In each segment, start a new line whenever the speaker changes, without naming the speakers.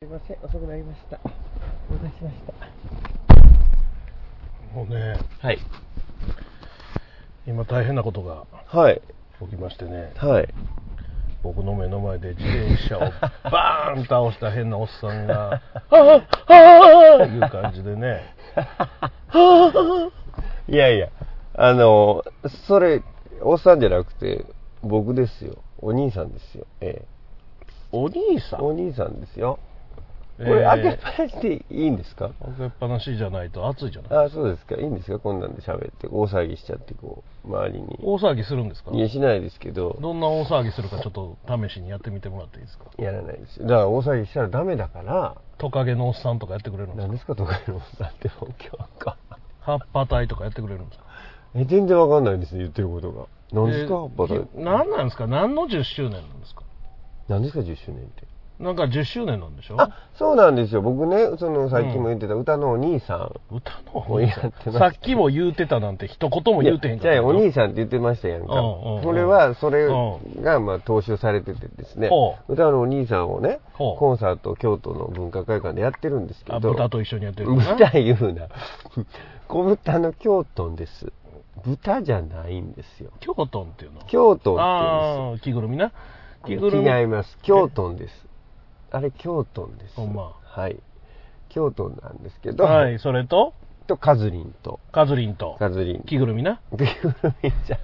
すいません、遅くなりました。お待たせしました。
もうね、
はい。
今大変なことが
はい。
起きましてね、
はい。
僕の目の前で自 転車をバーン倒した変なおっさんが、ああああいう感じでね、
いやいや、あの、それ、おっさんじゃなくて、僕ですよ。お兄さんですよ。え
お兄さ
え。
ん、
お兄さんですよ。
え
これ、
ー
開けっぱなしでいいんですか
開けっぱなしじゃないと暑いじゃない
あそうですか。いいんですかこんなんで喋って、大騒ぎしちゃって、こう、周りに。
大騒ぎするんですか
いや、しないですけど、
どんな大騒ぎするかちょっと試しにやってみてもらっていいですか
やらないですよ。だから、大騒ぎしたらダメだから、
トカゲのおっさんとかやってくれるんです
何
か
ですか、都会のおっさんって、もう 今日か。
葉っぱ隊とかやってくれるんですか
え、全然わかんないですね、言ってることが。何ですか、バタ
えーひ何なんですか何の10周年なんですか
何ですか、10周年って。
なんか10周年なんでしょ
あ、そうなんですよ。僕ね、その、さっきも言ってた歌のお兄さん。
歌のお兄さ
やってま
ん
す
さっきも言うてたなんて一言も言うてへんか
い
っ
や
た
じゃあお兄さ
さ
んって言ってましたやんか。
うんうんうん
それは、それ
う
が、まあ、踏襲されててですね
ほ、
歌のお兄さんをね、
ほう
コンサートを京都の文化会館でやってるんですけ
あ
ど、
豚と一緒にやってる か
豚言うな。小豚の京都です。豚じゃないんですよ。
京都っていうの
京都って
ああー着ぐるみな着
言
ぐ
うんです
るみ
よ。違います。京都です。あれ、京都です。
ほんま
はい。京都なんですけど、
はいそれと
と、カズリンと、
カズリンと
カズリン
着ぐるみな
着ぐるみちゃん。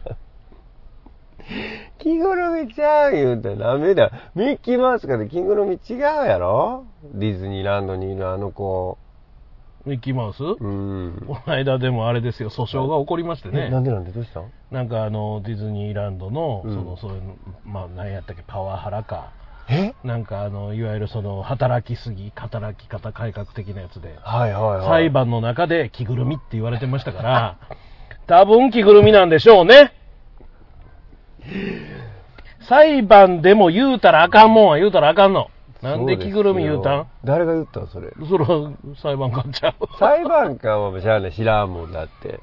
着ぐるみちゃん言うたらダメだ。ミッキーマウスから着ぐるみ違うやろディズニーランドにいるあの子。
ミッキーマウス、
うん。
この間でもあれですよ訴訟が起こりまして
えな
ね
んでなんでどうしたん
なんかあのディズニーランドのそ
うん
のそういうのまあ何やったっけパワハラか
え
なんかあのいわゆるその働きすぎ働き方改革的なやつで
はいはいはい。
裁。判の中で着ぐるみって言われてましたから、 多分着ぐるみなんでしょうね。裁判でも言うたらあかんもんは言うたらあかんの。なんで着ぐるみ言うたん
誰が言ったんそれ。
それは裁判官ちゃう。
裁判官はしゃあない知らんもんだって。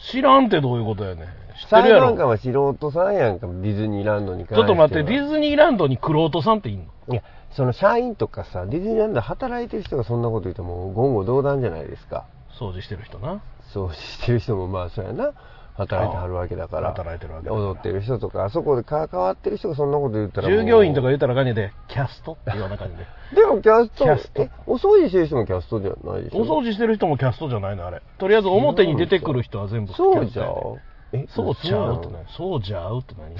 知らんってどういうことやねん。知ってる
裁
や
判官
ろ。
は素人さんやんか、ディズニーランドに
ちょっと待って、デ
ズ
ィズニーランドにクロートさんっていん
い
の
や、その社員とかさ、ディズニーランドで働いてる人がそんなこと言うともう言語道断じゃないですか。
掃除してる人な。
そうしてる人もまあそうやな働いてはるわけだから
働いてるわけだから
踊ってる人とかあそこで関わってる人がそんなこと言ったらもう
従業員とか言うたらあかんねんで、キャストって言わなあかんねんで。
でもキャスト
キャスト
えお掃除してる人もキャストじゃないでしょ
お掃除してる人もキャストじゃないのあれ。とりあえず表に出てくる人は全部
そうじゃ
キャストや
ん
ね
え
そうちゃうって
なの
何そうちゃうって何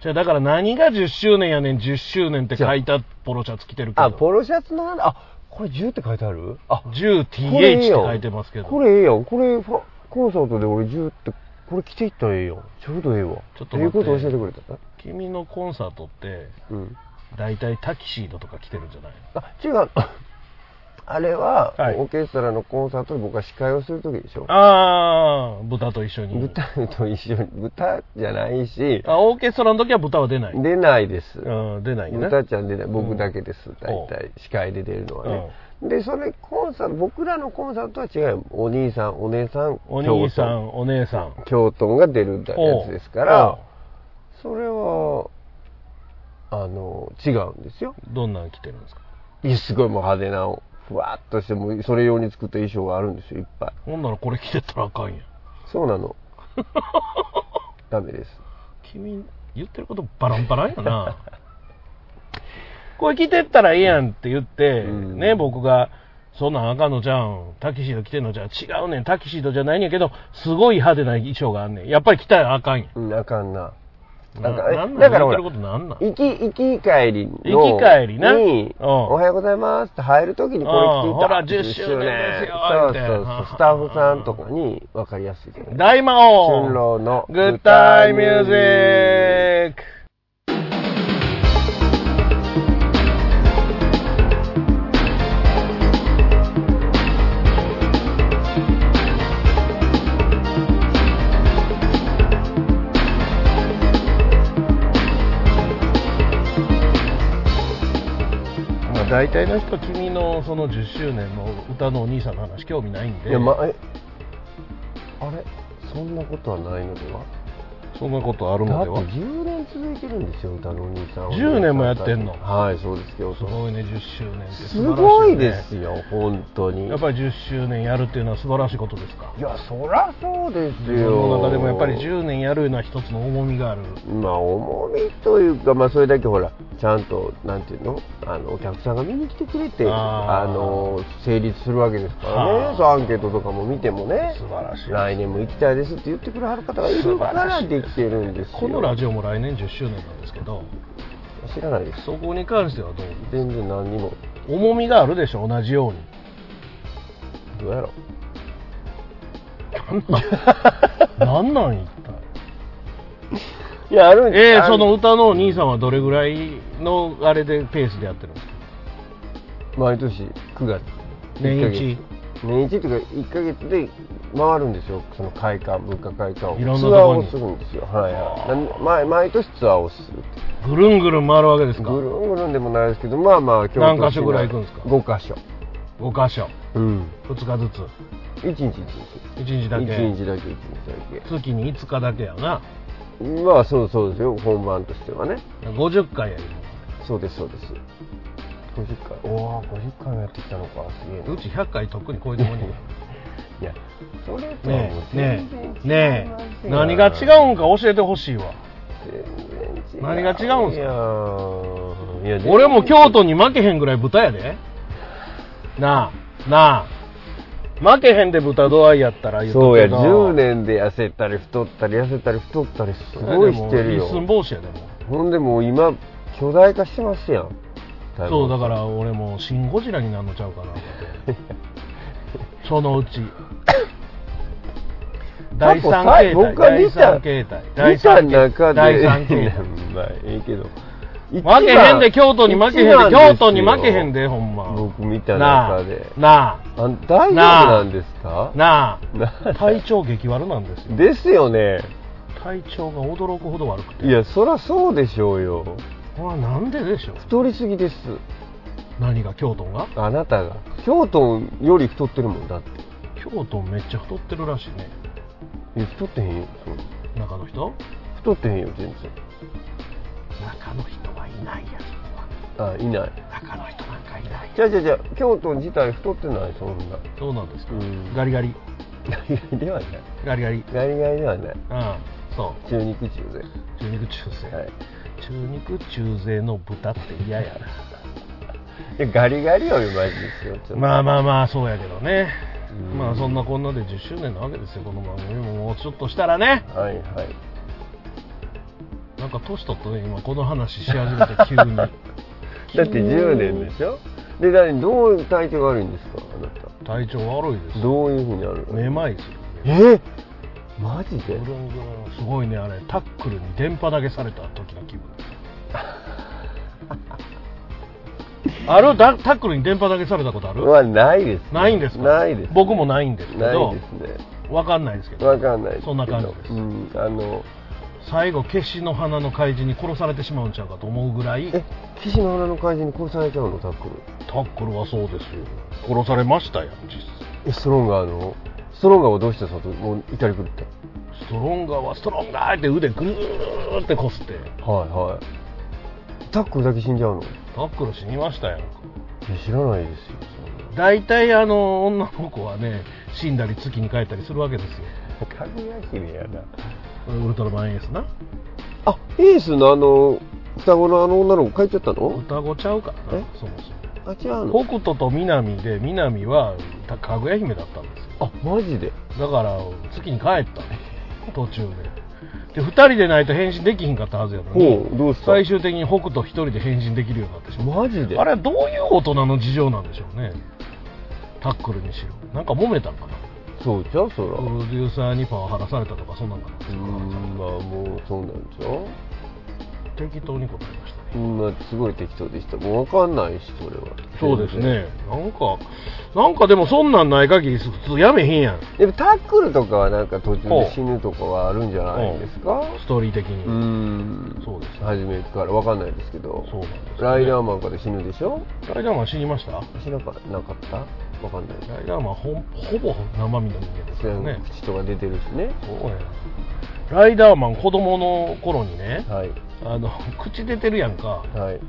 じゃあだから何が10周年やねん10周年って書いたポロシャツ着てるけど
あポロシャツのあこれ10って書いてあるあ
10TH
これ
っ
い
て
いやん
書いてますけど
これええやんこれファコンサートで俺10ってこれ着ていったらええやんちょうどええわ
ちょっと待って
ええこと教えてくれたな
君のコンサートって
うん
大体タキシードとか着てるんじゃない
あ違 うあれは、
はい
オーケストラのコンサートで僕は司会をするときでしょ
ああ豚と一緒に
豚と一緒に豚じゃないし
あオーケストラの時は豚は出ない、
出ないです、
うん、出ないよね
豚ちゃん出ない僕だけです、大体司会で出るのはね、でそれコンサート僕らのコンサートは違うよお兄さんお姉さん
お兄さ
ん
んお姉さん
教頭が出るってやつですか
おう
らそれはあの違うんですよ
おうどんなん着てるんですか
いやすごいもう派手なふわっとしてもうそれ用に作った衣装があるんですよいっぱい
ほんならこれ着てたらあかんやん
そうなのダメです
君言ってることバランバランや なこれ着てったらええやんって言って、
うん
ね僕が「そんなんあかんのじゃんタキシード着てんのじゃん違うねんタキシードじゃないねんけどすごい派手な衣装があんねんやっぱり着たらあかんやん」
うんあかんなな
な
んかえ
なんなん
だから
言っ
ほ
て
ら
ることなんなん
行き、行き帰りの。
行き帰りな
に、
うん
おはようございますって入るときにこれ着ていた
うんほら10周年ですよ
そう
みたい
そう
な
そう。スタッフさんとかに分かりやすいじゃない。
大魔王
春郎の
グッタイミュージックまあ 大体の人君のその10周年の歌のお兄さんの話興味ないんで
いや、ま、え、あれそんなことはないのでは
そんなことある
だ
の
っ
で
て
は
10年続いてるんですよ歌のお兄さん
10年もやってんの
はいそうですよ
すごいね10周年って
す
素晴らしね
ごいですよ本当に
やっぱり10周年やるっていうのは素晴らしいことですか
いやそりゃそうです
自
よ
分の中でもやっぱり10年やるいうのは一つの重みがある
まあ重みというか、まあ、それだけほらちゃんとなんていうのあのお客さんが見に来てくれて
あー
あの成立するわけですから
は
ね
あ
そうアンケートとかも見てもね
素晴らしい
来年も行きたいですって言ってくれはる方がいるからできてるんですよ
このラジオも来年10周年なんですけど
知らないです
そこに関してはどう
全然何にも
重みがあるでしょ同じように
どうやろ
なんな ん一
いやあるん
体えー、その歌のお兄さんはどれぐらいのあれでペースでやってるんですか
毎年9月
年一
年一というか1か月で回るんですよその会館文化会館を
いろんな
ツアー
とこ
を
に
するんですよはいはいな毎毎年ツアーをする
ぐるんぐるん回るわけですか
ぐるんぐるんでもないですけどまあまあ
何箇所ぐらい行くんですか
5箇所
5箇所
うん
2日ずつ
1日1日
1日だけ
1日だけ1日だ
月に5日だけやな
けまあそうそうですよ本番としてはね
50回やる
そうですそうです50回おお50回もやってきたのかすげえな
うち100回とっくに超えてもんね
いやそれ
え
とはもう
ねえねえ
全
ね
然違
え
いますよ
何が違うんか教えてほしいわ
全然違う
何が違うんすか
いやーいや全然
俺も京都に負けへんぐらい豚やでなあなあ負けへんで豚度合いやったら言と
そう
く
や
けど
10年で痩せたり太ったり痩せたり太ったりすごいしてる
一寸
よ
法師やでも
ほんでもう今巨大化してますやん
そうだ
ら
から俺もうシン・ゴジラになんのちゃうかな 思ってそのうち第三形態
僕は
第
見た
三形態
見た中で
第三形態
まあええけど
負けへんで京都に負けへんで
一番ですよ
京都に負けへんでほんま
僕見た
なあ
中で
な
あ大丈夫なんですか
あな
な
あ 体調激悪なんです よ
ですよね
体調が驚くほど悪くて
いやそらそうでしょうよ
これはなんででしょう
太りすぎです
何が京都が
あなたが京都より太ってるもんだって
京都めっちゃ太ってるらしいね
いや太ってへんよそんな
中の人
太ってへんよ全然
中の人はいないやそこは
あいない
中の人なんかいない
じゃあじゃあじゃあ京都自体太ってないそんな
そうなんですか、
うん
ガリガリ
ガリガリではない
ガリガリ
ガリガリではない
うんそ
中肉中で
う中肉中背、
はい
中肉中背の豚って嫌や
いやガリガリよりマジですよちょっと
なまあまあまあ そうやけどね
うん
まあそんなこんなで10周年なわけですよこの番組ももうちょっとしたらね
はいはい
なんか年取ったね今この話し始めて急にだ
だって10年でしょでだどういう体調が悪いんですかあなた
体調悪いですよ
どういうふうにあるの
めまいするね
えマジで
ぐるんぐるんすごいねあれタックルに電波投げされた時の 気分あるだタックルに電波投げされたことある
はないですね、
ないんですか
ないですね、
僕もないんですけ
な
ど
いです
わかんないですけ
ね
ど
わかんないですけど
そんな感じです
うんあの
最後消しの花の怪人に殺されてしまうんちゃうかと思うぐらい
え岸の花の怪人に殺されちゃうのタックル
タックルはそうですよ殺されましたやん実際
えストロンガーのストロンガーはどうしたさともう怒り狂った
ストロンガーはストロンガーって腕ぐーってこすって
はいはいタックルだけ死んじゃうのい
タックル死にましたやんか
や知らないですよ
大体あの女の子はね死んだり月に帰ったりするわけですよ
そんなかぐや姫やな
ウルトラマンエースな
あエースのあの双子のあの女の子帰っちゃったの
双子ちゃうから
え
なそもそも
あ違うの
北斗と南で南はたかぐや姫だったんですよ
あマジで
だから月に帰ったの途中でで2人でないと変身できひんかったはずやのに
ほうどうした
最終的に北斗1人で変身できるようになってしま
マジで
うあれはどういう大人の事情なんでしょうねタックルにしろなんか揉めたんかな
そうちゃうそら
プロデューサーにパワハラされたとかそんなんかな
うーんまあもうそうなんちゃう
適当に答えまし
う
た
んまあすごい適当でしたもう分かんないしそれは
そうですねなんかなんかでもそんなんない限り普通やめへんやん
でもタックルとかはなんか途中で死ぬとかはあるんじゃないですか
ストーリー的に、
うん
そうですね
初めから分かんないですけど
そうなんです
ライ
ー
ダーマンから死ぬでしょ
ライダーマン死にました
死なかなかった分かんない
ライダーマンほんほぼ生身の人間ですからね
口とか出てるしね
そうやライダーマン子供の頃にね
はい
あの口出てるやんか
はい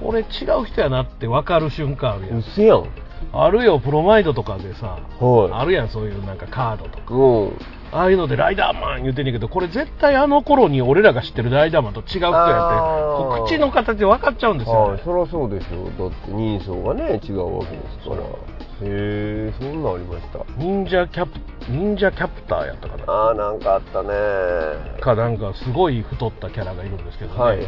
これ違う人やなって分かる瞬間あるや
うんせやん
あるよプロマイドとかでさあ
は
るやんそういうなんかカードとか
いうん
ああいうのでライダーマン言うてんねんけどこれ絶対あの頃に俺らが知ってるライダーマンと違う人や
あー
ってこう口の形分かっちゃうんですよ、
はい
ね、
そりゃそうでしょだって人相がね違うわけですからへえそんなんありました
忍者キャプ忍者キャプターやったかな
ああなんかあったね
かなんかすごい太ったキャラがいるんですけど、ね
はいは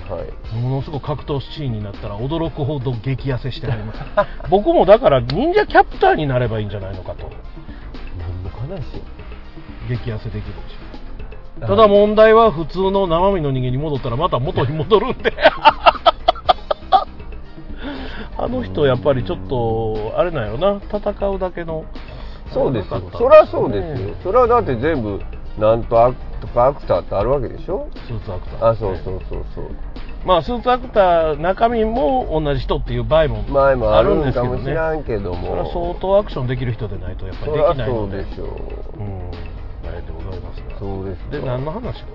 い
ものすごく格闘シーンになったら驚くほど激痩せしてはります僕もだから忍者キャプターになればいいんじゃないのかと
何の話
激痩せできるでしょただ問題は普通の生身の人間に戻ったらまた元に戻るん であの人やっぱりちょっとあれなんやろな戦うだけの
そうです
あ
よ
れなかった
そりゃそうですよ
ね
それはだって全部なんとアクとかアクターってあるわけでしょ
スーツアクター、
あそうそうそうそう
まあスーツアクター中身も同じ人っていう場合も
前も
あ
あ
る
る
んで
ん
す
か
けど
も
ね
しらんけど
それは相
も
当アクションできる人でないとやっぱり
そ
で
りゃ
きない
そ
の
う
で
でしょ
う
うん
あれでございますが
そうですか
で何の話こ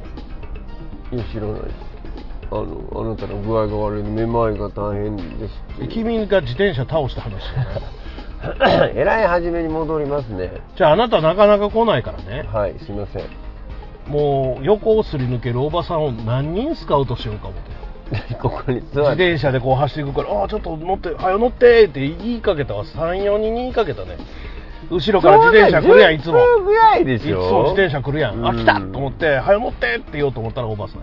れ
いや知らないですあのあなたの具合が悪いのめまいが大変ですって
君が自転車倒した話じゃない
えらい初めに戻りますね
じゃああなたなかなか来ないからね
はいすいません
もう横をすり抜けるおばさんを何人スカウトしようか思って
ここに
自
座って
転車でこう走っていくから「ああちょっと乗ってはよ乗って」って言いかけたわ34人に言いかけたね後ろから自転車来るやんいつも
10分ぐらい
い
で
つ
しょ
も自転車来るやんあ
うん
来たと思って「はよ乗って」って言おうと思ったらおばさん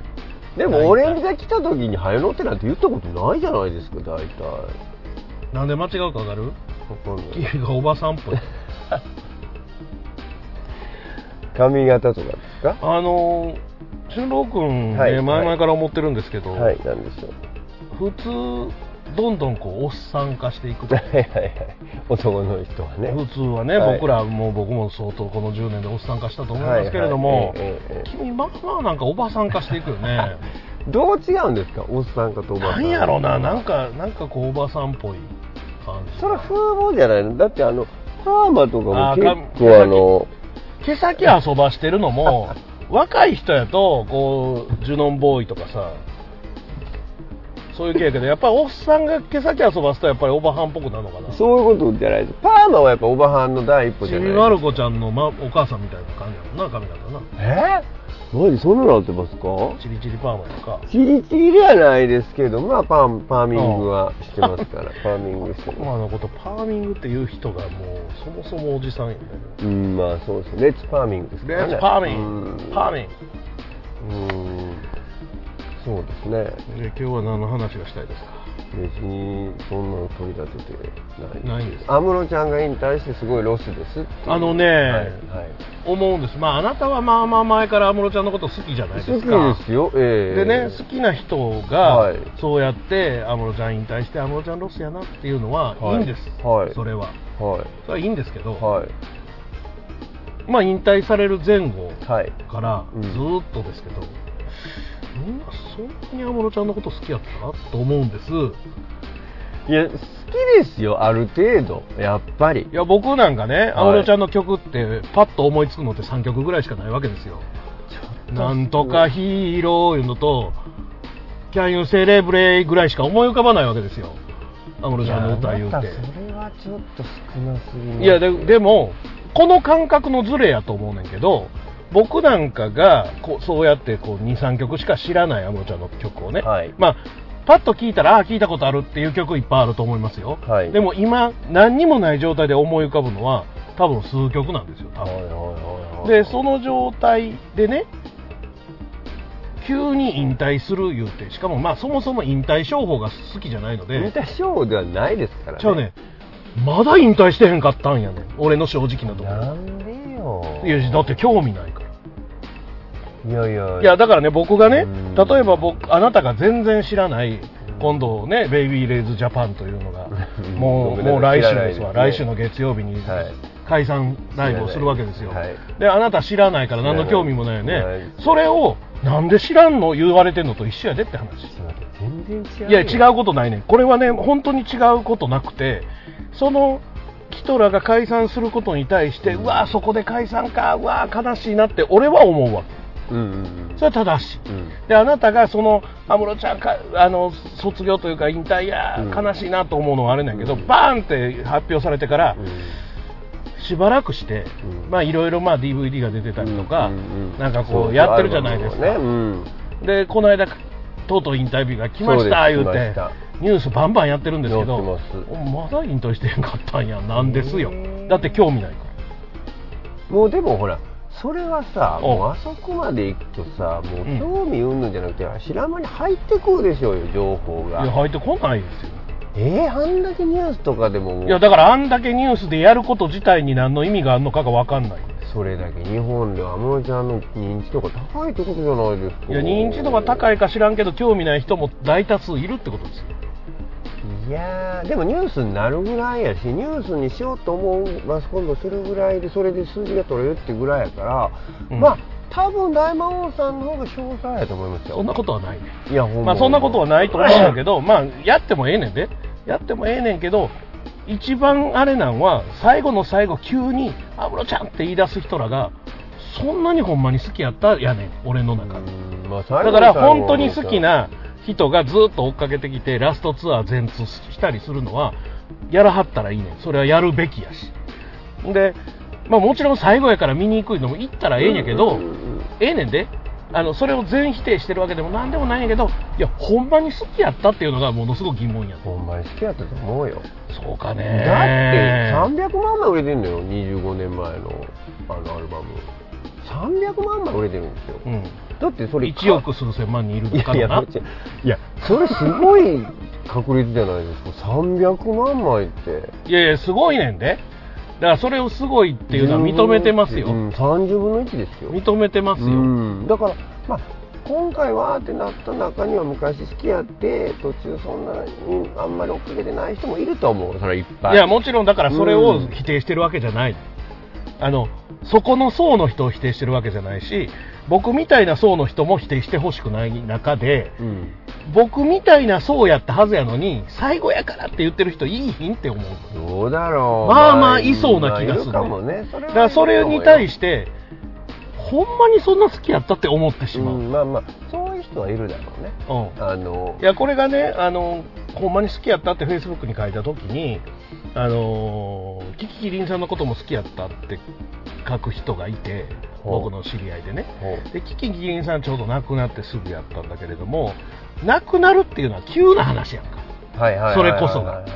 でも俺が来た時に「早乗って」なんて言ったことないじゃないですか大体
なんで間違うか分かる
わかんない
君がおばさ んっぽい
髪型とかですか
あのー俊郎君ね、
はい
前々から思ってるんですけど、
はいなんでしょう
普通どんどんこうおっさん化していくと
はいはいはい男の人はね
普通はね、
はい
僕らも僕も相当この10年でおっさん化したと思いますけれども、
はいはいええええ
君まあまあなんかおばさん化していくよね
どう違うんですかおっさん かとおば
な
さ
ん
ん
やろななんかなんかこうおばさんっぽい感じ
それは風貌じゃないのだってあのパーマと
あ
かも
ー
結
髪
構あの
毛先遊ばしてる のも若い人やとこうジュノンボーイとかさそういう系やけどやっぱりおっさんが毛先遊ばすとやっぱりおばはんっぽくなるのかな
そういうことじゃないですパーマはやっぱおばはんの第一歩
ち
じゃない
び
です
ま
か
る子ちゃんの、ま、お母さんみたいな感じやもんな髪型な
え何そんなのあってますか
チリチリパーマとか
チリチリではないですけどまあパンパーミングはしてますからパーミングして
ま
ま
あのことパーミングっていう人がもうそもそもおじさんやね
すうんまあそうですレッツパーミングです
レ
から
ッ
ね
ツパーミングパーミン
ミングうんそうですね
グで今日は何の話がしたいですか
別にそんなの取り立ててない
ないんです
安室ちゃんが引退してすごいロスですっていう
あのね
はいはい
思うんですまああなたはまあまあ前から安室ちゃんのこと好きじゃないですか
好きですよええ
でね、好きな人
は
が
い
そうやって安室ちゃん引退して安室ちゃんロスやなっていうのは
はい
いいんです、
はい
それは
は
それはいいんですけど、
いはい
まあ引退される前後
はい
から
うん
ずーっとですけど、みんなそんなに安室ちゃんのこと好きやったなと思うんです
いや好きですよある程度やっぱり
いや僕なんかね安
はい
室ちゃんの曲ってパッと思いつくのって3曲ぐらいしかないわけですよなんとかヒーローいうのと「Can You Celebrate」ぐらいしか思い浮かばないわけですよ安室ちゃんの歌言
い
う
やあなた
て
それはちょっと少なすぎます
いやででもこの感覚のズレやと思うねんけど僕なんかがこうそうやって23曲しか知らない安室ちゃんの曲をね、
はい
まあパッと聞いたらああ聞いたことあるっていう曲いっぱいあると思いますよ、
はい
でも今何にもない状態で思い浮かぶのは多分数曲なんですよ多
はいはい
分
はいはい
でその状態でね急に引退する言うてしかもまあそもそも引退商法が好きじゃないの
見
で
たショーではないですから
じゃあねまだ引退してへんかったんやねん俺の正直なとこ
な
ろ
んでよ
いやだって興味ないから
いやいや
いやだからね僕が
う
ね
ん
例えば僕あなたが全然知らない今度ね、ベイビーレイズジャパンというのが、
うん
もう
僕ら
もう来週です
知らな
わ、
いで
来
す
週
ね
の月曜日に
はい
解散ライブをするわけですよ、
知らないは
であなた知らないから、何の興味もないよ
知らない
ね、それをなんで知らんの言われてんのと一緒やでって話。
ちょっと待って全然違うよ
いや違うことないねんこれはね本当に違うことなくてそのキトラが解散することに対してうわそこで解散かうわ悲しいなって俺は思うわけ
うんうん
それは正しい
うんうん
であなたがその安室ちゃんかあの卒業というか引退や
うん
悲しいなと思うのはあれなんやけど、
うん
バーンって発表されてから
う
しばらくして、
うん
まあいろいろまあ DVD が出てたりとか、
うんうんうん
なんかこ
そう
うやってるじゃないですか、
ねうん
でこの間とうとう引退日が来ま
そう
し
で
た
す
言う
来ま
て
した
ニュースバンバンやってるんですけど
やっ
ま
て
だ引退してへんかったんやなんですよ
うん
だって興味ないから
もうでもほらそれはさ
お
もうあそこまで行くとさも
うん
う興味云々じゃなくて知らん間に入ってくるでしょうよ情報
いや
が
入ってこないですよ
えー、あんだけニュースとかでももう
いやだからあんだけニュースでやること自体に何の意味があるのかが分かんない
それだけ日本では安室ちゃんの認知度が高いってことじゃないですか
いや認知度が高い
か
か知らんけど興味ない人も大多数いるってことですよ
いやーでもニュースになるぐらいやしニュースにしようと思うマスコミもするぐらいでそれで数字が取れるってぐらいやから、
うん
まあ多分大魔王さんの方が詳細やと思いますよ
そんなことはないね
いやほん
ま
ま
あそんなことはないと思うんだけどまあやってもええねんでやってもええねんけど一番あれなんは最後の最後急に「安室ちゃん」って言い出す人らがそんなにほんまに好きやったやねん俺の中で
うんまあ最
だ
後
から
最後
本当に好きな人がずっと追っかけてきてラストツアー全通したりするのはやらはったらいいねんそれはやるべきやしでまあもちろん最後やから見に行くのも行ったらええんやけ
う
ど、
んうんうん
ええねんであのそれを全否定してるわけでもなんでもないんやけどいやほんまに好きやったっていうのがものすごく疑問や
ほんまに好きやったと思うよ、
そうか
だって
ね
300万枚売れてるのよ25年前のあのアルバム300万枚売れてるんですよ、
うん、
だってそれ
1億数千万人いる
い
の
や
か
いや
らな
こっちいやそれすごい 確率じゃないですか300万枚って
いやいやすごいねんでだからそれをすごいっていうのは認めてますよ、
うん、30分の1ですよ
認めてますよ、
うん、だから、まあ、今回はってなった中には昔好きやって途中そんなにあんまり追っかけてない人もいると思うそれはいっぱい
いやもちろんだからそれ
う
を
ん
否定してるわけじゃない、あのそこの層の人を否定してるわけじゃないし僕みたいな層の人も否定してほしくない中で
うん
僕みたいな層やったはずやのに最後やからって言ってる人いいひんって思う
どうだろう
まあまあいそうな気がするね
まあいかもねそれ
だからそれに対
し
してほんまにそんな好きやったって思ってしまう、うん
まあまあそういう人はいるだろうねあの
いやこれがねあのほんまに好きやったってフェイスブックに書いた時にあのキキキリンさんのことも好きやったって書く人がいて
ほう
僕の知り合いでね
ほう
でキキキリンさんちょうど亡くなってすぐやったんだけれども亡くなるっていうのは急な話やんか
はいはいはいはいはい
それこそが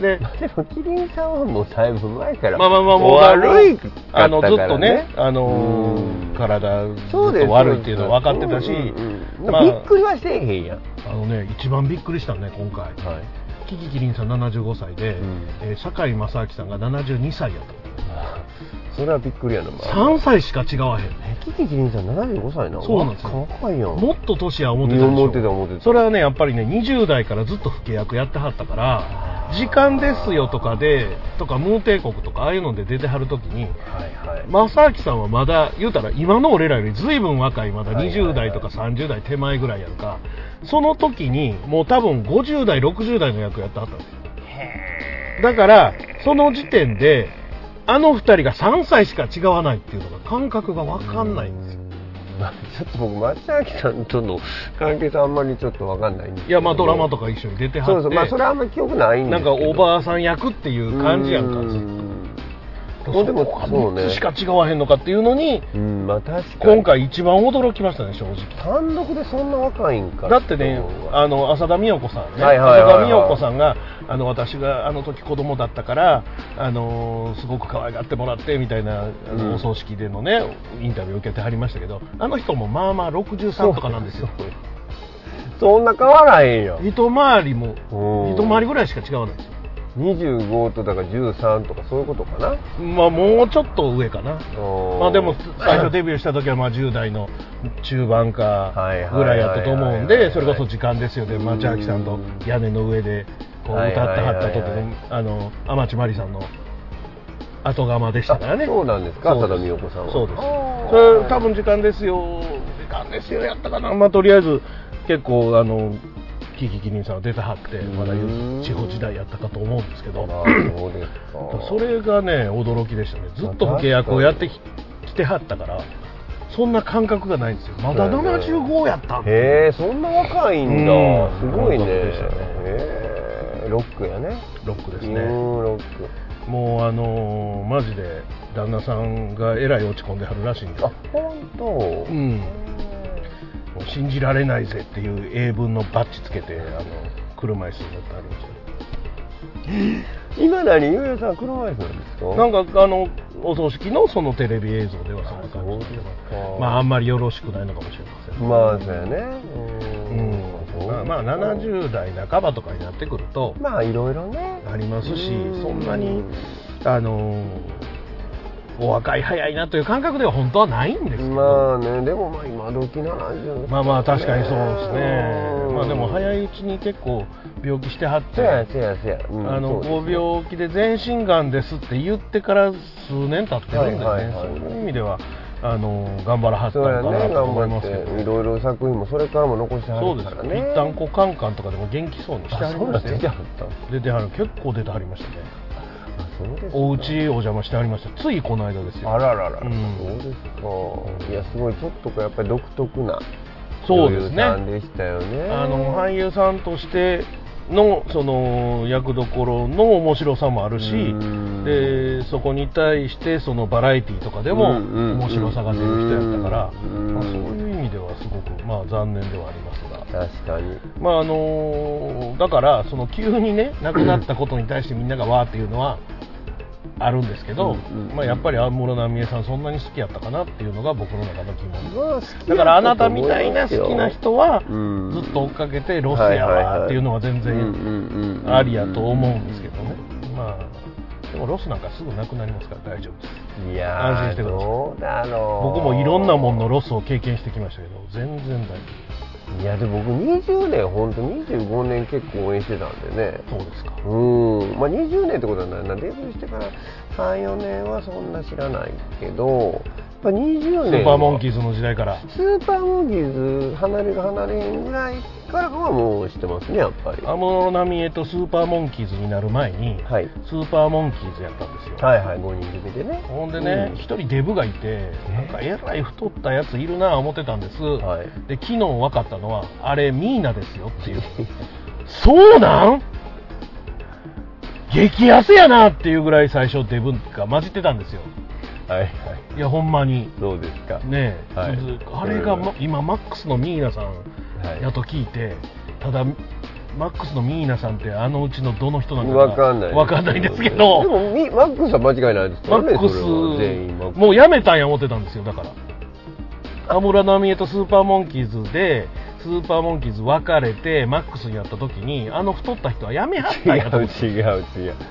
で
でもキリンさんはもうだいぶ前から
まあまあまあもう
悪い
あのずっとねあの
うん
体ずっと
そうです
悪いっていうのは分かってた
う
し、
んうんうん
まあ
びっくりはしてへんやん
あのね一番びっくりしたのね今回
はい
キキキリンさん75歳で、
うん
えー堺正明さんが72歳やった
それはびっくりやな、まあ、
3歳しか違わへん
えキキキリンさん75歳な
そうなんですよ
若いやん
もっと年は思ってたでしょ
思ってた思ってた
それはねやっぱりね20代からずっと不契約やってはったから時間ですよとかでとかムー帝国とかああいうので出てはる時に
はいはい
正明さんはまだ言うたら今の俺らより随分若いまだ
はいはいは
20
い
代とか30代手前ぐらいやんかその時にもう多分50代60代の役やってはったんですよだからその時点であの2人が3歳しか違わないっていうのが感覚が分かんないんですよ
まあちょっと僕松崎さんとの関係性あんまりちょっとわかんないんですけど
いやまあドラマと
か
か一緒に出てはって
そうそうまあそれはあんまり記憶ないんです
なん
け
か
ど
おばあさん役っていう感じやんかずっと
もうでも
そこが
そうね
3つしか違わへんのかっていうのに
うんうんまあ確かに
今回一番驚きましたね正直
単独でそんな若いんか
だってね
と思うわ
あの浅田美代子さんね、
はいはいはいはい
浅田美代子さんがあの私があの時子供だったからあのすごく可愛がってもらってみたいなあの
うん
お葬式でのねインタビューを受けてはりましたけどあの人もまあまあ63とかなんですよ
そんな変わらへんよ
一回りも
うん
一回りぐらいしか違わないんですよ
25とだから13とかそういうことかな
まあもうちょっと上かなま
ま
あでも最初デビューした時はまあ10代の中盤かぐらいやったと思う
は
ん
いはいはいはいはい
でそれこそ「時間ですよ」でまあ千秋さんと屋根の上でこう歌ってはった時
はいはいはい
のあの天地真理さんの後釜でしたからね
あそうなんですか
そう
浅田美代子さんは
そうです
あー
それ多分「時間ですよ」「時間ですよ」やったかなまあとりあえず結構あのキキキリンさんは出てはってまだ地方時代やったかと思うんですけど
あーそうですか
それがね驚きでしたねずっと不契約をやってききてはったからそんな感覚がないんですよまだ
そうやね
75やったんだ
へえそんな若いんだ、
うん
すごいね
本格でしたね
へえロックやね
ロックです
う
ね
んロック
もうあのーマジで旦那さんがえらい落ち込んではるらしいんで
あ本当、
う
へ
んもう信じられないぜっていう英文のバッジつけてあの車椅子に乗ってはりましたね
え今何ゆうやさん車椅子なんですか
なんかあのお葬式のそのテレビ映像ではそんな感じで
あそうですか
まああんまりよろしくないのかもしれません
まあそうやねう
う
ん
んまあ、まあ70代半ばとかになってくると
まあいろいろね
ありますし
うん
そんなにあのーお若い早いなという感覚では本当はないんですけど、
まあねでもまあ今時70
まあまあ確かにそうですね
うん
まあでも早いうちに結構病気してはって
せやせやせや、うん
あの
そうです
ご
ね
病気で全身がんですって言ってから数年経ってるんでね、
はいはいはい
そういう意味ではあのー頑張らはった
そ
の
うや
かな
ね
と
頑
思
張
いま
っ
すけど、
ていろいろ作品もそれからも残しては
そう
る
で
か
す
ら
ね
ね
一旦こうカンカンとかでも元気そうにして
あ
はり
そう
ま
なん
した
出
よ
てはったの
出てはる結構出てはりましたね
あそうですか
お家お邪魔してありましたついこの間ですよ
あらららら、
うん
そうですかいやすごいちょっとこうやっぱり独特な
そうですね
女優さんでしたよね
あの俳優さんとしてのその役どころの面白さもあるし
うん
でそこに対してそのバラエティーとかでも
うんうんうん
面白さが出る人やったから、
うん
まあ、そういう意味ではすごく、まあ、残念ではありますが。
確かに
まああのだからその急にね亡くなったことに対してみんながわーっていうのはあるんですけど、
うんうん
まあ、やっぱり安室奈美恵さんそんなに好きやったかなっていうのが僕の中の疑問
まあ好きやったと思いますよ
だからあなたみたいな好きな人は
うん
ずっと追っかけてロスやわーっていうのは全
うん
然
うんうん
ありやと思うんですけどねまあでもロスなんかすぐなくなりますから大丈夫です
いやー
安心してください
どうだろう
僕もいろんなもんのロスを経験してきましたけど全然大丈
いやでも僕20年本当25年結構応援してたんでね
夫そうですか
うんまあ20年ってことはないなデビューしてから34年はそんな知らないけどやっぱ
ス
20年
ーパーモンキ
ー
ーズの時代から
スーパーモンキーズ離れる離れへんぐらいからはもうしてますねやっぱり
安室奈美恵とスーパーモンキーズになる前に、
はい
スーパーモンキーズやったんですよ、
はいはい5人組でね
ほんでね、一人デブがいて、なんかえらい太ったやついるなぁ思ってたんです、
はい
で昨日分かったのは、あれ、ミーナですよっていう、そうなん激痩せやなっていうぐらい最初、デブが混じってたんですよ、
はいはい
いや、ほんまに、
どうですか
ねえ、
はい
ずあれが、ま今、マックスのミーナさんやと聞いて、ただ、マックスのミーナさんって、あのうちのどの人なの
わかんない
わかんないんですけ
で
ど。
もみマックスは間違いないです
マ
よ
ッ
ね
クス
それは全員マックス
もうやめたんや思ってたんですよだから安室奈美恵とスーパーモンキーズでスーパーモンキーズ別れてマックスになった時にあの太った人はやめはったんやと
違う違う違う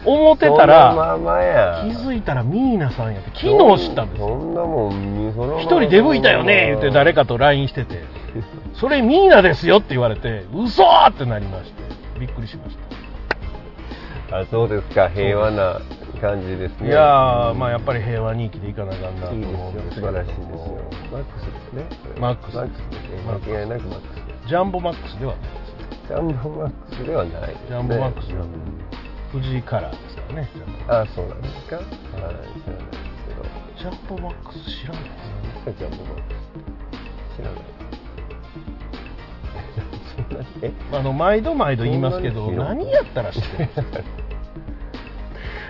思ってた
その
ら
ままや
気づいたらミーナさんやって昨日知ったんです
そ
よ
んなもんそのまま
一人デブいたよね言って誰かと LINE しててそれミーナですよって言われて嘘ーってなりましてびっくりしました
あそうですか平和な感じですね
いやーまあやっぱり平和に生きていかなあかんなと
いいです
思うん
よ
ですけ
素晴
ども
らしいですよマックスですね
マックス
マックスですね間違いなくマック
ジャンボマックスではないです
スジャンボマックスではないですね
ジャンボマックスではない
うん
藤井カラーですからねジャンボ
あそうなんですかはい知らないですけど
ジャンボマックス知らないですね
何ですかジャンボマックス知らないそんなにえ
あの毎度毎度言いますけど
そんなに
何やったら知ってるんですか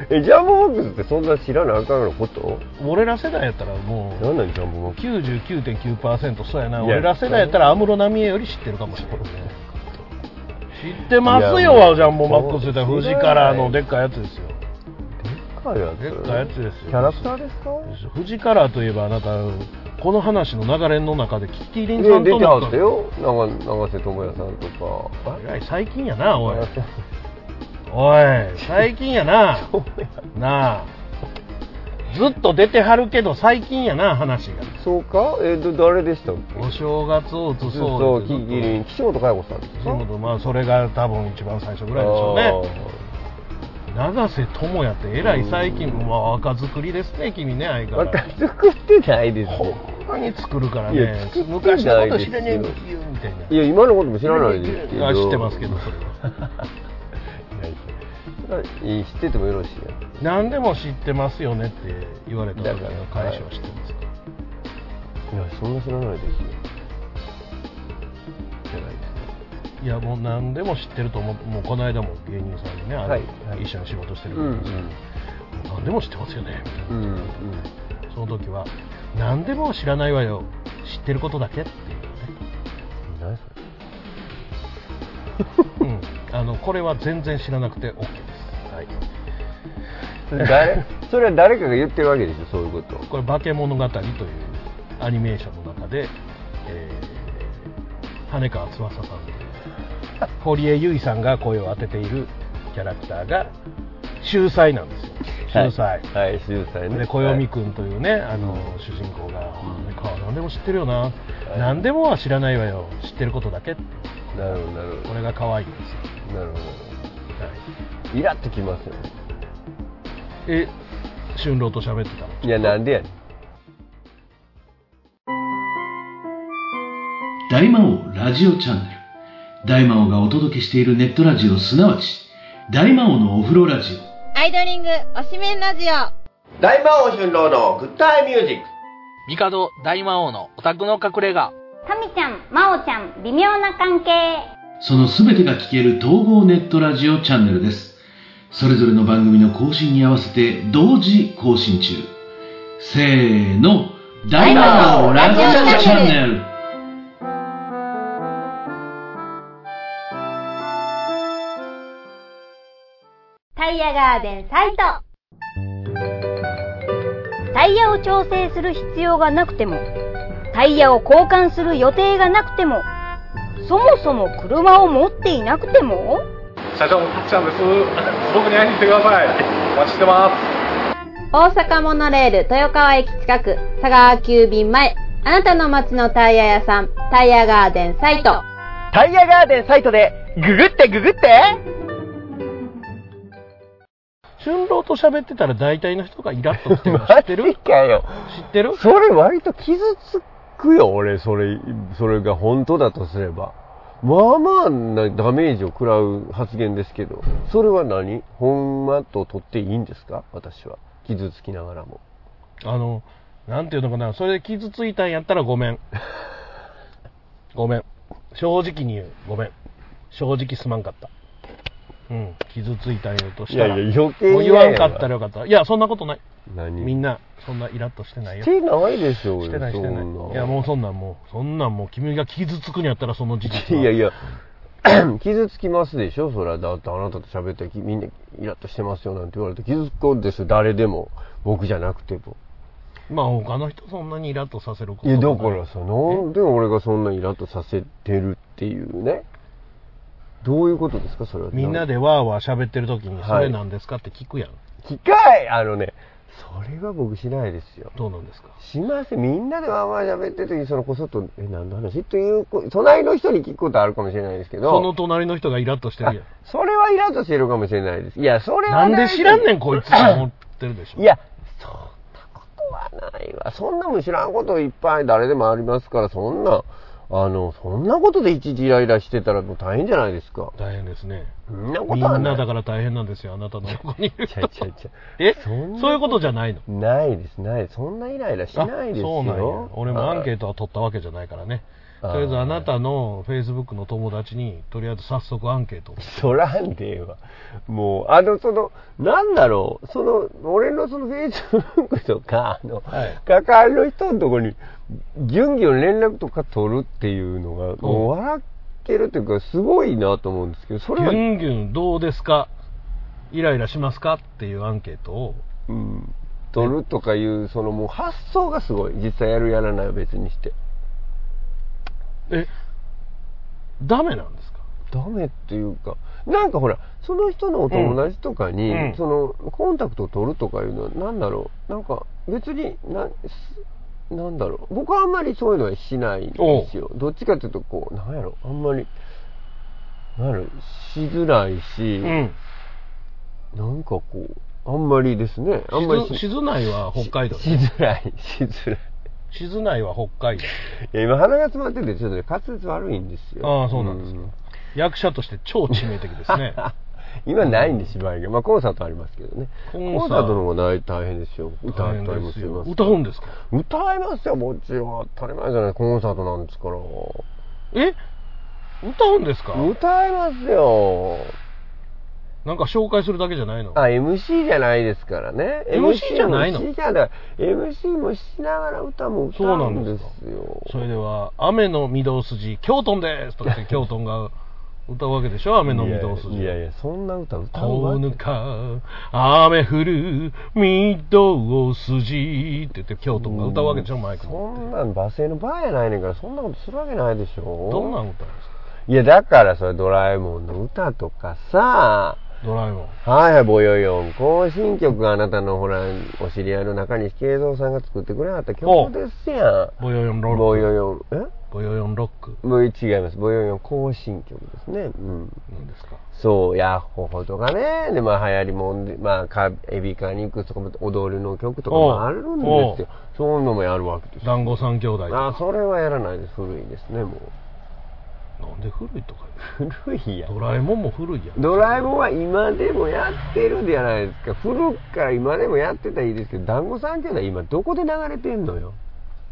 えジャンボマックスってそんな知らなあかんのこと
俺ら世代やったらもう
何なんジャンボマックス
99.9%そうやな
や
い俺ら世代やったら安室奈美恵より知ってるかもしれない知ってます
いや
よ
もう
ジャンボマックスって言ったら
そう
富士カラーのでっかいやつですよ
かやつ
でっかいやつですよ
キャラクターですか
富士カラーといえばあなたこの話の流れの中でキティリンさ
ね
ん
出
と
ては
の
ったよ長長瀬智也さんとか
えらい最近やなおいおい最近やな
そうや
なあずっと出てはるけど最近やな話が
そうかえー、ど誰でしたっけ
お正月を
ず
移
っと
そう
キキリン岸本佳代子さんです
そういうことまあそれが多分一番最初ぐらいでしょうね永瀬智也ってえらい最近
うん
まあ若作りですね君ね相変わら
若
ず
作ってないですよ
ほんまに作るから
いや
ね
作って
昔のこと知らね
な
え
いです
よみたいない
や今のことも知らないですけど
あ知ってますけ どそれは
いい知っててもよろしいや
何でも知ってますよねって言われた時の返しは知ってますか
いやそんな知らないですよじゃないですか
いやもう何でも知ってると思うもうこの間も芸人さんにね、あの
はいはい
一緒に仕事してる
う
方
ん
に何でも知ってますよねみたい
うんうん
なその時は何でも知らないわよ知ってることだけって
何そ
いうね、うん、あのこれは全然知らなくて OK です、はい、
れ誰それは誰かが言ってるわけでしょそういうこと
これ「化け物語」というアニメーションの中で、えー羽川翼さんという堀江由衣さんが声を当てているキャラクターが秀才なんですよ秀才、
はいはい秀才ね
で暦くんというね、あの主人公が
うん
「あの顔何でも知ってるよな、
い
何でもは知らないわよ知ってることだけ」って
なるほどなるほ
これが可愛いんですよ、
どなるほ
はい、
どイラッときますよね
え俊郎と喋ってたの
いやなんでやねん
大魔王ラジオチャンネル。大魔王がお届けしているネットラジオ、すなわち、大魔王のお風呂ラジオ。
アイドリングおしめんラジオ
大魔王春郎のグッタイミュージック
帝大魔王のオタクの隠れ家
タミちゃん、マオちゃん、微妙な関係
そのすべてが聞ける統合ネットラジオチャンネルです。それぞれの番組の更新に合わせて同時更新中。せーの、大魔王ラジオチャンネル。
タイヤガーデンサイトタイヤを調整する必要がなくてもタイヤを交換する予定がなくてもそもそも車を持っていなくても
社長のたっちゃんです。僕に会いに来てください。お待ちしてます。
大阪モノレール豊川駅近く佐川急便前あなたの街のタイヤ屋さんタイヤガーデンサイト
タイヤガーデンサイトでググってググって
俊郎と喋ってたら大体の人がイラッ とってるの知
マ
ってる
ジかよ
知ってる
それ割と傷つくよ俺それそれが本当だとすればまあまあなダメージを食らう発言ですけどそれは何ほんまと取っていいんですか私は傷つきながらも
あのなんていうのかなそれで傷ついたんやったらご めんごめん正直に言うごめん正直すまんかったうん傷ついたんやとしたら
いやいや余計に
もう言わんかったらよかったいやそんなことない
何
みんなそんなイラッとしてない
し
よ
てないでしょうよ
してないしてないいやもうそんなんもうそんなんもう君が傷つくにやったらその事実は い
やいや 傷つきますでしょそれはだってあなたと喋ってみんなイラッとしてますよなんて言われて傷つくんですよ誰でも僕じゃなくても
まあ他の人そんなにイラッとさせること
い
い
やだからさなんで俺がそんなイラッとさせてるっていうねどういうことですかそれは
みんなでわーわー喋ってる時にそれなんですかって聞くやん、
機械あのねそれは僕しないですよ
どうなんですか
しませんみんなでわーわー喋ってる時にそのこそっと「え何の話?」というこ隣の人に聞くことあるかもしれないですけど
その隣の人がイラッとしてるやん
それはイラッとしてるかもしれないですいやそれ
な
は
ん
い
で知らんねん、こいつって思ってるでしょ。
いや、そんなことはないわ。そんなもん知らんこといっぱい誰でもありますから、そんな、あの、そんなことでいちいちイライラしてたらもう大変じゃないですか。
大変ですね。
そんなこ
みん
とはない。
なだから大変なんですよ、あなたの横にいる人
ちゃいちゃいちゃい
え
そんな
そういうことじゃないの
ないです、ないです。そんなイライラしないですよ。
そうなんや。俺もアンケー
ト。
トは取ったわけじゃないからね。
あー
とりあえずあなたの Facebook の友達に、とりあえず早速アンケートを。
そらんでえわ。もう、あの、その、なんだろう、その、俺のそのフェイスブックとか、あの、
はい
関わりの人のところに、ギュンギュン連絡とか取るっていうのが、もう笑ってるっていうか、すごいなと思うんですけど、そ
ギ
れは、
ュンギュンどうですかイライラしますかっていうアンケートを。
うん、取るとかいう、そのもう発想がすごい。実際やるやらないは別にして。
え、ダメなんですか
ダメっていうか、なんかほら、その人のお友達とかに、
うんうん
その、コンタクト取るとかいうのは、なんだろう、なんか、別に、な、すなんだろう、僕はあんまりそういうのはしないんですよ。どっちかというと、こう、なんやろ、あんまり、なんやろ、しづらいし、
うん。
なんかこう、あんまりですね、あんまり
静静内は北海道
ししづらい、 しづらい。
静内は北海道。
いや、今鼻が詰まってて、ちょっとね、滑舌悪いんですよ。
ああ、そうなんですか。役者として超致命的です ね。
今ないんで芝居が、まあ、コンサートありますけどね
コ
コ
ン
ン
サート
サートの方がない大変ですよ歌
大変
ったり
で
も
す
し
よ
ます
歌うんですか
歌いますよもちろん当たり前じゃないコンサートなんですから
え歌うんですか
歌いますよ
なんか紹介するだけじゃないの
あ MC じゃないですからね
MC じゃないの
MC じゃない MC もしながら歌も歌
そうな
うんん
で
です
か
すよ
それでは「雨の御堂筋京都んです」とか言って京都んが歌うわけでしょ「雨の御堂筋」
いやいやいやそんな歌歌う
こ
わ
ぬか雨降る御堂筋って言って京都んが歌うわけでしょマイク
そ
持
ん
っ
なん罵声の場合やないねんからそんなことするわけないでしょ
てどんなん歌うんですか
いやだからそれドラえもんの歌とかさ
ドラえもん
はいはい、ぼよよん。更新曲があなたのほら、お知り合いの中西慶三さんが作ってくれはった曲ですや
ボヨヨン
ん。
ロ
ぼよ
ック
よん、え
ボヨヨンロック
もう違います。ぼよよん更新曲ですね。うん。
なんですか
そう、ヤッホホとかね。で、まあ、流行りもんで、まあか、エビカニックスとかも、踊りの曲とかもあるん
おう
ですよ。そういうのもやるわけですよ。
団子三兄弟とか
あ、それはやらないです。古いですね、もう。
なんで古いとか
古いやん
言うドラえもんも古いやん
ドラえもんは今でもやってるじゃないですか古くから今でもやってたらいいですけど団子三兄弟今どこで流れてんのよ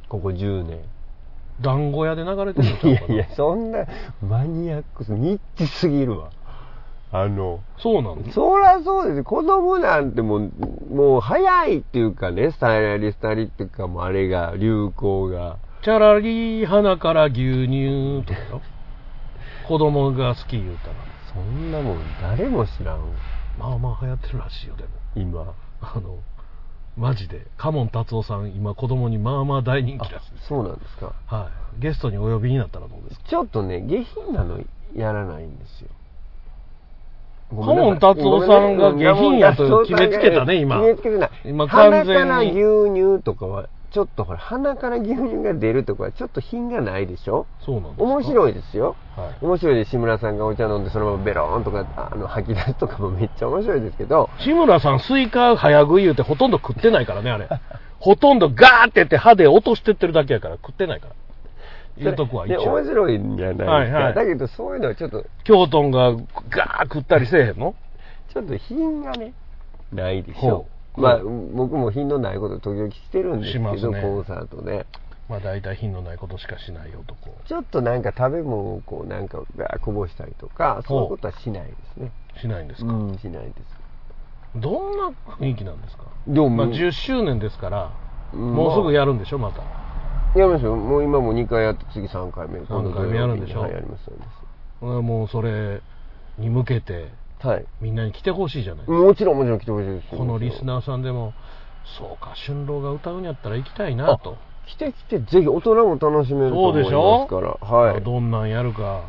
ここ10年
団子屋で流れてるの
い
ちゃう
や
かない
やそんなマニアックすニッチすぎるわあの
そうなの
そりゃそうです子供なんてもうもう早いっていうかねスタイラリスタリっていうかもうあれが流行が
チャラリー花から牛乳とか よ子供が好き言うたら
そんなもん誰も知らんわ
まあまあ流行ってるらしいよでも
今
あのマジでカモン達夫さん今子供にまあまあ大人気らしいです
そうなんですか
はいゲストにお呼びになったらどうですか
ちょっとね、下品なのやらないんですよ。
顧問達夫さんが下品やと決めつけたね今
決めつけてない。
今完全に
鼻から牛乳とかは、ちょっとほら、鼻から牛乳が出るとかは、ちょっと品がないでしょ
そうなんですか
面
い、
白いですよ。
はい、
面白いです。志村さんがお茶飲んで、そのままベローンとか、あの、吐き出すとかもめっちゃ面白いですけど、
志村さんスイカ早食い言うてほとんど食ってないからね あれほとんどガーってやって歯で落としてってるだけやから食ってないから言うとこは一
で面
応
白いんじゃないですか。
はいはい
だけど、そういうのはちょっと、
京都がガー食ったりせえへんの
ちょっと品がね、ないでし
ほ
ょ。
う
まあ、
ほ
僕も品のないこと時々してるんですけ
します
ど、
ね
コンサートで。
まあ大体品のないことしかしない男
ちょっとなんか食べ物をこうなんかガーこぼしたりとか、そういうことはしないですね。
しないんです
う
か、
ん、しないです。
どんな雰囲気なんですか
でも
まあ、
もう
10周年ですから、
うん
もうすぐ
ま
やるんでしょまた
あやりますよ。もう今も2回やって、次3回目。
三回目やるんでしょ
はい、やります、やりま
俺はもうそれに向けて
す。はい。
みんなに来てほしいじゃない、
もちろん、もちろん来てほしいですよ。
このリス
ー。
ナーさんでもそうか春郎が歌うんやったら行きたいなと
来て来て、ぜひ大人も楽しめると
そう
思い
でしょ
ますから。はい。
どんなんやるか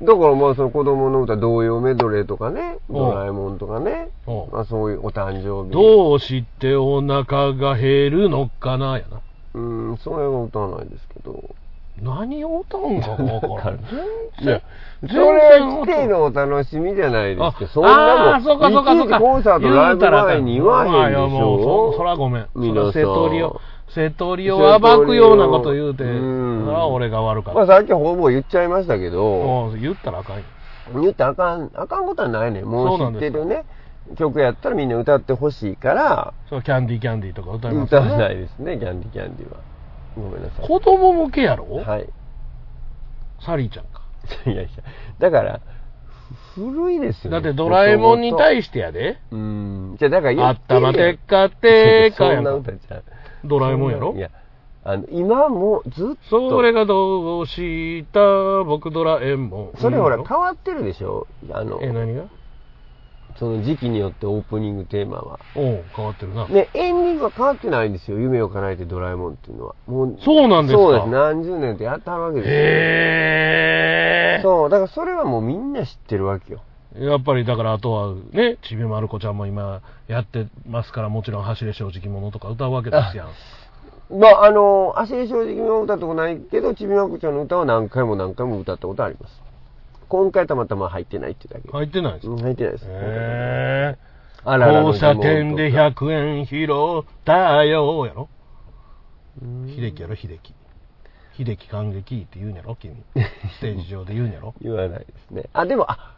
だからまあ、その子供の歌、童謡メドレーとかね、
うん
ドラえもんとかね、
おう
まあそういうお誕生日。
どうしてお腹が減るのかなやな
うん、それは歌わないですけど。
何を歌うんかが分からん
いや、
全
そ
然
れは来てのお楽しみじゃないですか。そんな
あーそうかそうか
もん、いうち
そ
い
か。
ちコンサートライブ前に言わ
まあ
へん
い
でし
やもうそ、そ
ょ。
らごめん。そ
皆さ
ら
ん
瀬戸利を、瀬戸利を暴くようなこと言うて、そ
うん
ら俺が悪かっ
まあ
た。
さっきほぼ言っちゃいましたけど、
もう言ったらあかんよ。
言ったらあかん、あかんことはないねん。も
そうな
うん知っ
で
て
すよ
るね。曲やったらみんな歌ってほしいから、
そうキャンディーキャンディーとか歌います
歌
よ
わな
ね。
いですね、キャンディキャンディは。ごめんなさい。
子供向けやろ、
はい。
サリーちゃんか。
いやいや、だから、古いですよ、ね。
だってドラえもんに対
して。
してやで。
うん。じゃあだから言
あ
っ
ってた
んや
ま
ん
てっかてーか
そ
や
ん
ん
な
か
歌。ちゃう。
ドラえもんやろ
いや、あの、今もずっと。
それがどうした僕ドラえもん。
それほら
うん
変わってるでしょあの、
え、何が
その時期によってオープニングテーマは。
おう変わってるな。
で、エンディングは変わってないんですよ。夢を叶えてドラえもんっていうのは。もう、
そうなんですか
そうです。何十年ってやってはるわけですよ。
へえ。
そう、だからそれはもうみんな知ってるわけよ。
やっぱりだからあとはね、ちびまる子ちゃんも今やってますから、もちろん走れ正直者とか歌うわけですやん。
まあ、あの、足で正直の歌とかないけど、ちびまる子ちゃんの歌は何回も何回も歌ったことあります。今回たまたま入ってないってだけ。
入ってないです
う
か
ん入ってないです。
へえ。
あの
交
疑問
差
とか
点で100円拾ったよやろ秀樹やろ秀樹秀樹感激って言うんやろ君ステージ上で言うんやろ
言わないですね。あ、でも、あ、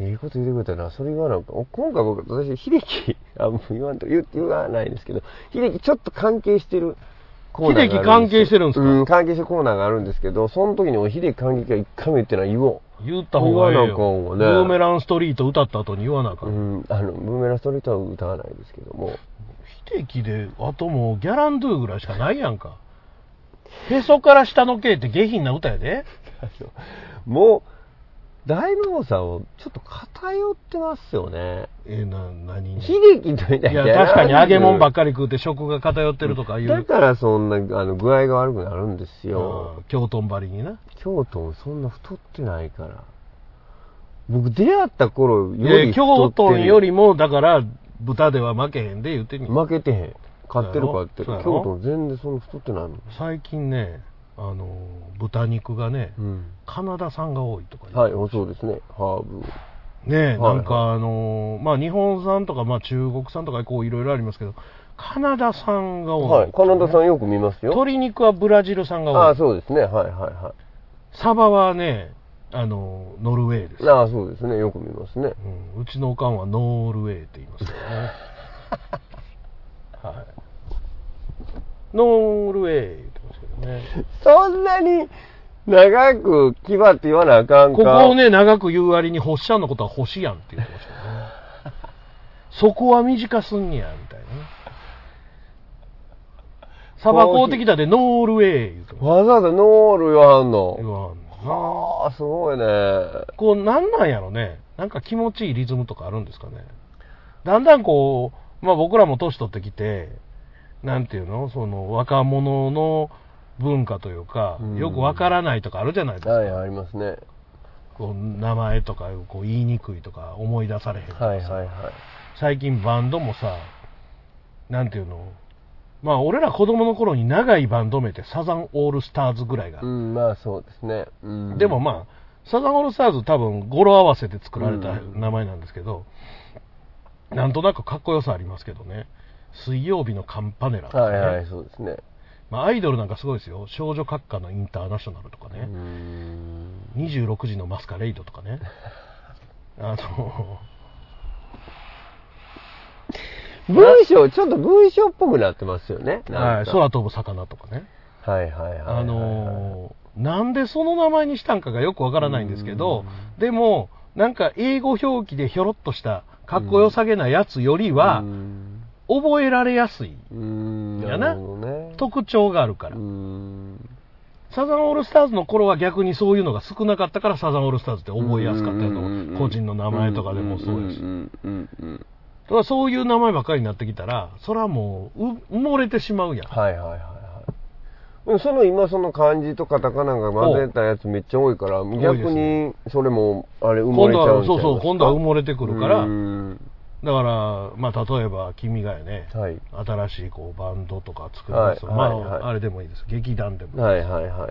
いいこと言ってくれたな。それがなんか、お今回僕、私、秀樹、あ、もう言わんと、言う言わないですけど、秀樹ちょっと関係してるコーナーがある
秀樹関係
よ
してるんですか
うん、関係してるコーナーがあるんですけど、その時に俺、秀樹関係が一回も言ってない、言おう。
言った方がいい
言わ
よ
な
ブ
あかんわね
ーメランストリート歌った後に言わなあか、
うんん、あの、ブーメランストリートは歌わないですけども、
秀樹であともうギャランドゥぐらいしかないやんかへそから下の毛って下品な歌やで
もう、大魔王さんをちょっと偏ってますよね。
えな何に
秀樹とみたい
い
な。
や確かに揚げ物ばっ
り。
かり食うて食が偏ってるとかいう、
だからそんな、あの、具合が悪くなるんですよ。
うん京都んばりにな
京都もそんな太ってないから僕出会った頃
いや
より太
京
ってる
都よりもだから豚では負けへんで言ってみ、
負けてへん買ってる買ってる
そうや
京
ろ
都全然そんな太ってないもん、
最近ねあの豚肉がね、カナダ産が多いとかね,、
はいそうですねハーブ
ね
はい
なんかあのまあ日本産とか、まあ、中国産とかこういろいろありますけどカナダ産が多い、
はいカナダさんよく見ますよ
鶏肉はブラジル産が多い
ああそうですねはいはいは
サバはねあのノルウェーです
いああそうですねよく見ますね
うんうちのおかんはノールウェーって言いますよ ね。はい。ノールウェーって言ってますけどね。
そんなに長く牙って言わなあかんか
ここをね、長く言う割に星ちゃんのことは星やんって言ってましたよね。そこは短すんや、みたいなね。砂漠をてきたでノールウェー言ってまし
わざわざノール言わはん
た。言
の
わんな
はあすごいね
こう、なんなんやろね。なんか気持ちいいリズムとかあるんですかね。だんだんこう、まあ僕らも年取ってきて、なんていうのその若者の文化というか
う、ん
よくわからないとかあるじゃないですか。
はいありますね
こう名前とかこう言いにくいとか思い出されへんとかさ
はいはいはい
最近バンドもさ、なんていうのまあ俺ら子供の頃に長いバンド名ってサザンオールスターズぐらいがあ
う
って
ん、まあそうですね。うん、
でもまあ、サザンオールスターズ多分語呂合わせで作られた
うん
名前なんですけど、なんとなくかっこよさありますけどね。水曜日のカンパネラとか
は
ね、
いはい、そうですね。
まあ、アイドルなんかすごいですよ。少女閣下のインターナショナルとか
う
ね、
ん
26時のマスカレイドと かね。あの、
文章、ちょっと文章っぽくなってますよね。
は
なん
い、
か
空飛ぶ魚とかね。
はいはいはいはい。
あのーなんでその名前にしたんかがよくわからないんですけど、でも、なんか英語表記でひょろっとした、かっこよさげなやつよりは
う、ん、
覚えられやすい
うん、
や
な
な
るほどね。
特徴があるから、
うん
サザンオールスターズの頃は逆にそういうのが少なかったからサザンオールスターズって覚えやすかったと
うんうんう
思
ん
う個人の名前とかでもそうやし、
んうんうんうん
だからそういう名前ばっかりになってきたらそれはもうう埋もれてしまうやん
はいはいはいはい。でもその今その漢字とカタカナが混ぜたやつめっちゃ多いから、
いです
逆にそれもあれ埋も
今
れち
度
ゃうん
は
ちゃいますか
そうそう今度は埋もれてくるから
うん
だからまあ例えば君がやね、
はい。
新しいこうバンドとか作るんですよ、
はい
まあ、
はいはい
あれでもいいです劇団でも、
はいはいはいはい。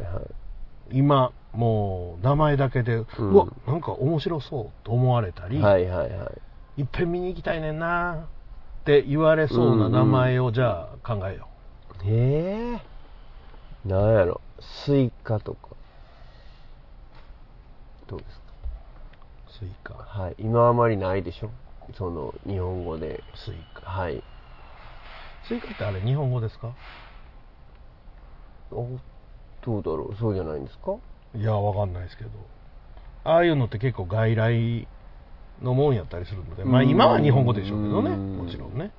今もう名前だけで、うんわなんか面白そうと思われたり、
はいはいはい。
いっぺん見に行きたいねんなって言われそうな名前をじゃあ考えよ
ええなんやろ。スイカとか。どうです
う。スイ
か
カ、
はい。今あまりないでしょその、日本語で。
スイカ。
はい。
スイカってあれ日本語ですか
おどうだろうそうじゃないんですか
いや、わかんないですけど。ああいうのって結構外来のもんやったりするので、まあ
うん
今は日本語でしょうけどね、
うん
もちろんね。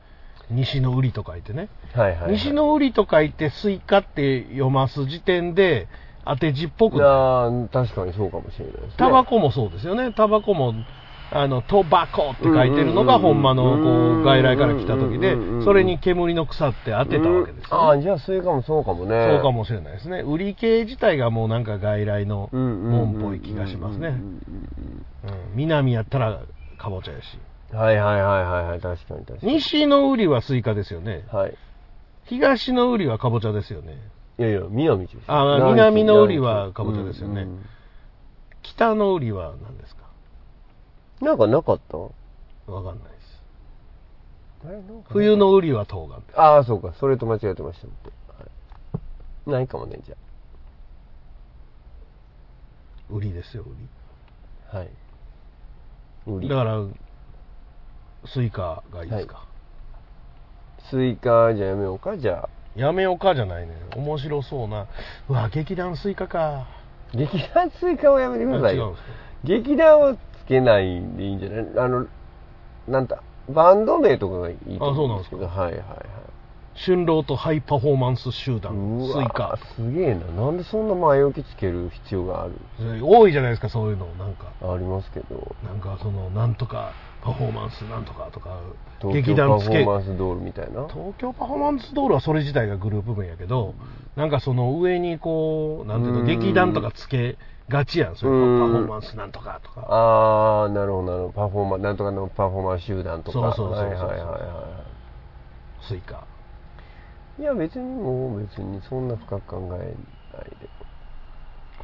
西の売りと書いてね。
はいはい、はい。
西の売りと書いてスイカって読ます時点で当て字っぽくない
あー確かにそうかもしれないですね。
タバコもそうですよね。タバコも、あの、トバコって書いてるのが、
うんうんうん
ほんまの、こう、外来から来た時で
うんうんうんう、ん
それに煙の草って当てたわけです
うんあ
よ
あ、
ね。
じゃあスイカもそうかもね。
そうか。もしれないですね。売り系自体がもうなんか外来の
うんうんうんうんうん
門っぽい気がしますね。ううん南やったらかぼちゃやし
はいはいはいはいはい、確かに確かに。
西の瓜はスイカですよね
はい。
東の瓜はかぼちゃですよね
いやいや、南でしょ。
あー南の瓜はかぼちゃですよね
うんうん
北の瓜は何ですか
なんかなかった
わかんないです
あれなんか
冬の瓜は冬瓜です
ああ、そうか。それと間違えてました。はいないかもね、じゃ
売りですよ売り
あ。はい。ウリ
だからスイカがいいですか、
スイカじゃやめようか、じゃあ。
やめようかじゃないね面白そうなうわ劇団スイカか
劇団スイカをやめてください
違うん
よ
です。
劇団をつけないでいいんじゃないあの、なんだ、バンド名とかがいいと思うんですけど。
あ
はいはいはい。
春郎とハイパフォーマンス集団
う
ス
わ
イカ
すげえななんでそんな前置きつける必要がある
多いじゃないですかそういうのなんか
ありますけど
なんかそのなんとかパフォーマンスなんとかとか
東
劇
京パ
団
フ
つ
ォ
け
ーマンスドールみたいな
東京パフォーマンスドールはそれ自体がグループ名やけどなんかその上にこうなんていう
う
の
ん
劇団とかつけがちやんそれパ
う
フ
ん
ォーマンスなんとかとか
ああなるほどなるほどパフォーマンなんとかのパフォーマンス集団とか
そうそうそうそう
はいはいはいは
スイカ
いいや別にもう別にそんな深く考えないで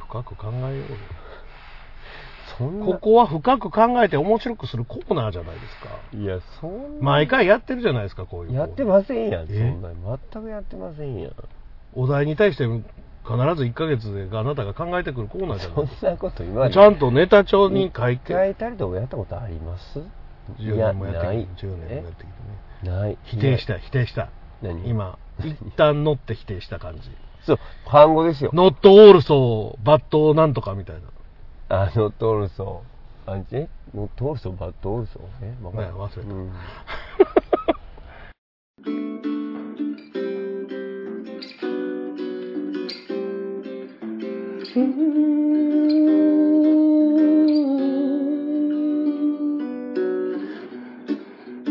深く考えようよ
そんな
ここは深く考えて面白くするコーナーじゃないですか
いやそんな
毎回やってるじゃないですかこういうコーナ
や
ー
ってませんやんそ
え
んな全くやってませんやん
お題に対して必ず1ヶ月であなたが考えてくるコーナーじゃ
そ
ない
んなこと今まで
ちゃんとネタ帳に書い
一
て
回たりともやったことありますい
10
や
年もやっ
な
て
い
きて10年もやってきてね
えない
否定した否定した
何
今一旦乗って否定した感じ
そう、単語ですよ。
ノットオールソーバットなんとかみたいな
あの、トルソー。あんちのトルソー、バットルソーえ、わかんない
ね忘れた
うん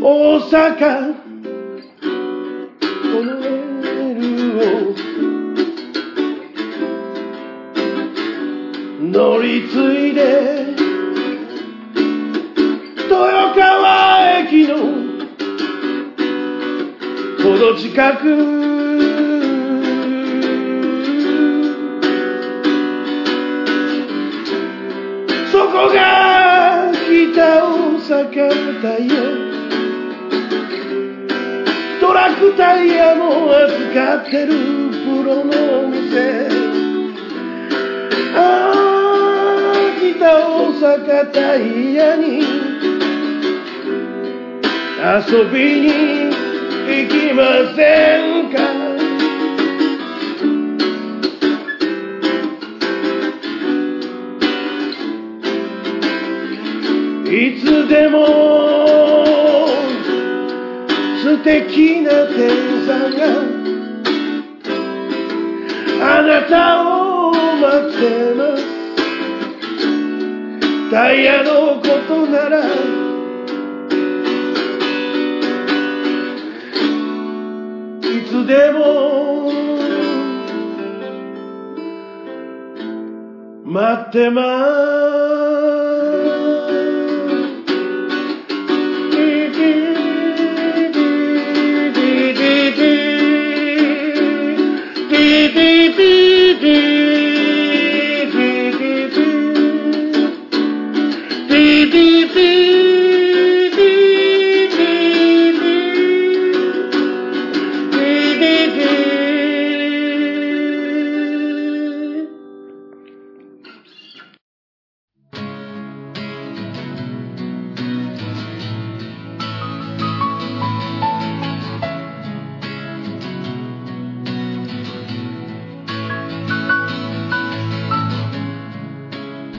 大阪このエールを乗り継いで豊川駅のほど近くそこが北大阪タイヤトラックタイヤも扱ってるプロのお店ああ北大阪タイヤに遊びに行きませんかいつでも素敵な天才があなたを待ってますタイヤのことならいつでも待ってます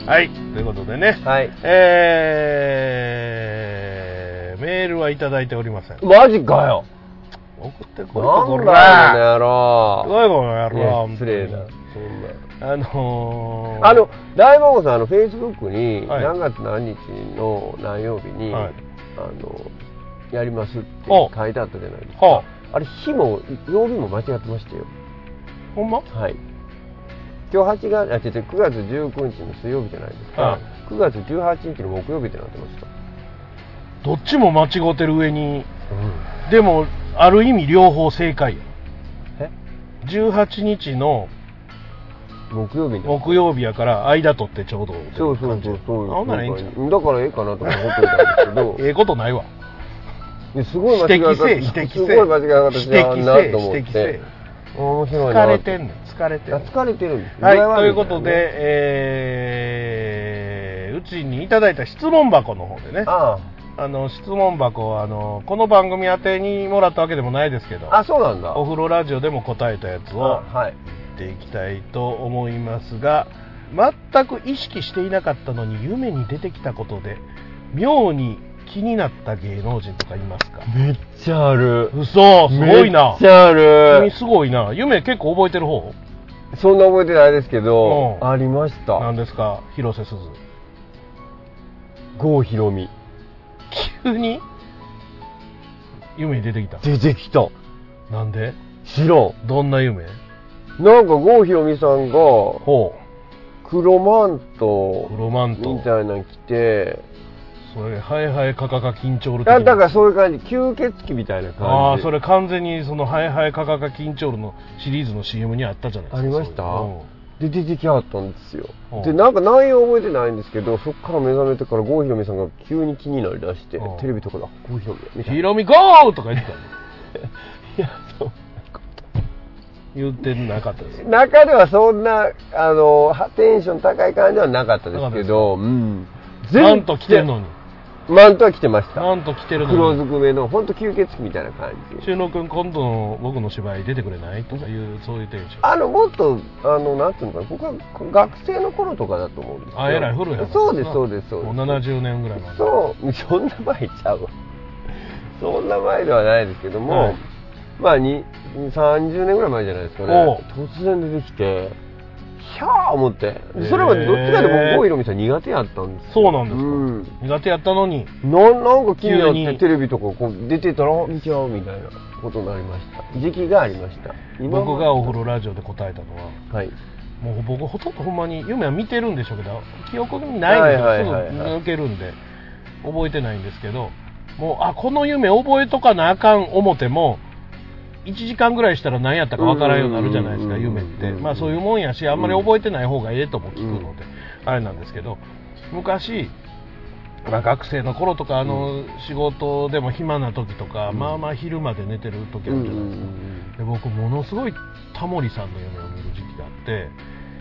はいということでね
はい。
えー、メールはいただいておりません
マジかよ。
送ってこいよ
な
こ
んだ
ら
よ、
すご
こ
いこ
の
の野
野
郎
郎。いや失礼な
本。
そんな。
当にあのー、
あの、大魔王さん、あの、フェイスブックに、
はい
何月何日の何曜日に、
はい
あの、やりますって
お
書いてあったじゃないですか。
は
あれ、日も、曜日も間違ってましたよ。
あほんま
はい。今日8月、あ、違う違う9月19日の水曜日じゃないですか。
はい
9月18日の木曜日ってなってました。
どっちも間違ってる上にでもある意味両方正解や
え
18日の
木曜日になって
木曜日やから間取ってちょうど
そうそうそうそう。
あんならいいんちゃう
だからええかなと思ってたんで すけど
ええことないわ
いや、すごい間違い方、
指摘せえ指摘せえ
すごい間違い方し
指
ては
摘
ん
せ
な
え
と思っ
指摘せ
て
え。
面白いな
疲れてんねん疲れてんね
あ
ん
疲れてるんです
はい、
具合悪
とい
み
う
た
ことで、えーうちにいただいた質問箱の方でね、あ
あ
の質問箱はあの、この番組宛てにもらったわけでもないですけど、
ああそうなんだ
お風呂ラジオでも答えたやつ
あ
を
はい
言っていきたいと思いますが、全く意識していなかったのに、夢に出てきたことで、妙に気になった芸能人とかいますか
めっちゃある
嘘すごいな。
めっちゃある
君すごいな。夢結構覚えてる方
そんな覚えてないですけど、
うん
ありまし
な
た
んですか広瀬すず。
郷ひろみ
急に夢に出てきた
出てきた
なんで
知らん
どんな夢
なんか郷ひろみさんが
ほ
黒マント
黒マン
み
ト
たいなの着て
それハイハイカカカ緊張る的な
だだからそういう感じ吸血鬼みたいな感じ
ああそれ完全にそのハイハイカカカ緊張るのシリーズの CM にあったじゃないですか
ありました
そういう
で出てきはったんですよ
うん
でなんか内容覚えてないんですけどそっから目覚めてから郷ひろみさんが急に気になりだして
うん
テレビとかであ「郷ひろみや」みた
うん
いな
ひろみゴーとか言って たの
いやそう
言ってなかったです
中ではそんなあのはテンション高い感じはなかったですけどうん
マント着てんのに
マントは着てました
マント着てる
黒
の
ず
に
くめの本当吸血鬼みたいな感じ
収納君今度の僕の芝居出てくれないとかいうそういうテンション
あのもっとあのなんていうのかな僕は学生の頃とかだと思うんですよ
あえらい古い話
そうですそうですそう
も
で
う
す
70年ぐらい前
そう、そんな前ちゃうわ。そんな前ではないですけども、
はい
まあに30年ぐらい前じゃないですかね、突然出てきて、ひゃー思って、でそれはどっちかで
へー
僕、郷ひろみさん苦手やったんですよ。
そうなんですか
うん
苦手やったのに
ななんか気
急
になって
に
テレビとかこう出てたら見ちゃうみたいなことになりました時期がありました今
僕がお風呂ラジオで答えたのは
はい
もう僕ほとんどほんまに夢は見てるんでしょうけど記憶にないんですよ、
はいはいはいはい
すぐ抜けるんで覚えてないんですけどもうあこの夢覚えとかなあかん思ても1時間ぐらいしたら何やったかわからんようになるじゃないですか
うんうんうんう
夢
ん
ってまあそういうもんやしあんまり覚えてない方がええとも聞くのであれなんですけど昔まあ学生の頃とかあの仕事でも暇な時とかまあまあ昼まで寝てる時あるじゃないですかで僕ものすごいタモリさんの夢を見る時期があって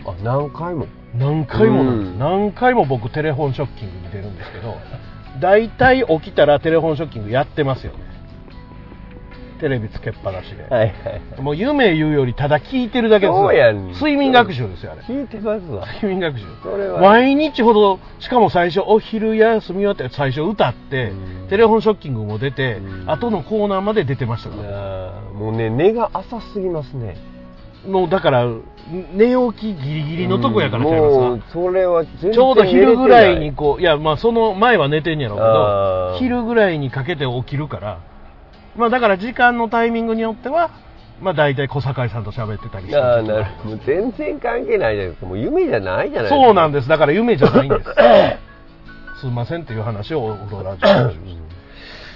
あ何回も
何回もなんです、
うん
何回も僕テレフォンショッキングに出るんですけど 大体起きたらテレフォンショッキングやってますよねテレビつけっぱなしで、
はいはい
もう夢言うよりただ聞いてるだけですよ
そうやねん
睡眠学 習ですよあれ
聞いてますわ
睡眠学習
それは
毎日ほどしかも最初お昼休みはって最初歌って
うん
テレフォンショッキングも出て
うん
後のコーナーまで出てましたから
あーもうね根が浅すぎますね
もうだから寝起きギリギリのとこやからちゃいますか
もうそれは全然
ちょうど昼ぐらいにこう、いや、まあその前は寝てんやろ
あー
うけど、昼ぐらいにかけて起きるから、まあだから時間のタイミングによっては、まあ大体小堺さんと喋ってたりして
ああなるほど全然関係ないじゃないですかもう夢じゃないじゃないですか
そうなん
で
です。 だから夢じゃないんです。すいませんっていう話をお風呂ラジオでしました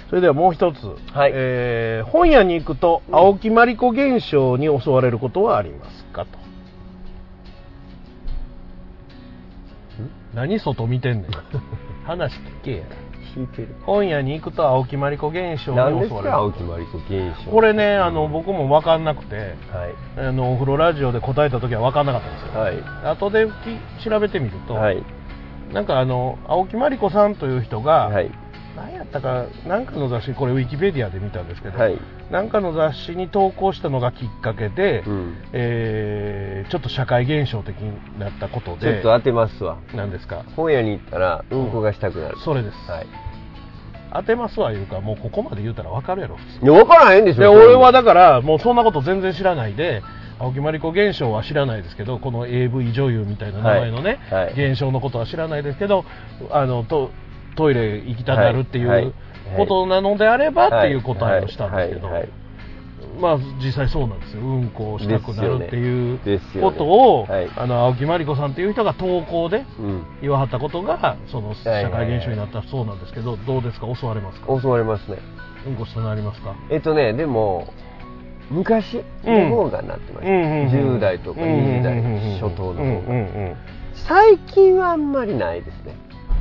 それではもう一つ、
はい
えー本屋に行くと青木まりこ現象に襲われることはありますかと。何外見てん ねん話聞けや
聞いてる
本屋に行くと青木まりこ現象
何
に
で
襲
す
わ
か青
れ
木
る
まりこ現象
これねあの僕も分かんなくて
はい
あのお風呂ラジオで答えた時は分かんなかったんですよ、
はい
後でき調べてみると、
はい
なんかあの青木まりこさんという人が、
はい
何やったか何かの雑誌これウィキペディアで見たんですけど、
はい
なんかの雑誌に投稿したのがきっかけで、
うん
えーちょっと社会現象的になったこと
ちょ
で
っと当てますわ
なんですか
本屋に行ったらうんこがしたくなる
それです、
はい
当てますわいうかもうここまで言うたら分かるやろ普通
いや分からへんでしょ
で俺はだからもうそんなこと全然知らないで青木まりこ現象は知らないですけどこの AV 女優みたいな名前のね、
はいはい
現象のことは知らないですけどあのとトイレ行きたなるってい
はいはいう
ことなのであればっていう答えをしたんですけど
はいはいはい
まあ、実際そうなんですよ、うんこをしたくなるっていう
ですよね
ことを、
はい
あの青木まりこさんっていう人が投稿で
うん。
言わはったことが、その社
はいはい
会現象になったそうなんですけど、どうですか、襲われますか、
襲われますね。
うんこしたなりますか、
えっとね、でも、昔の方がなってました。10代とか20代初頭の方
うんう
が。
んうん
最近はあんまりないですね。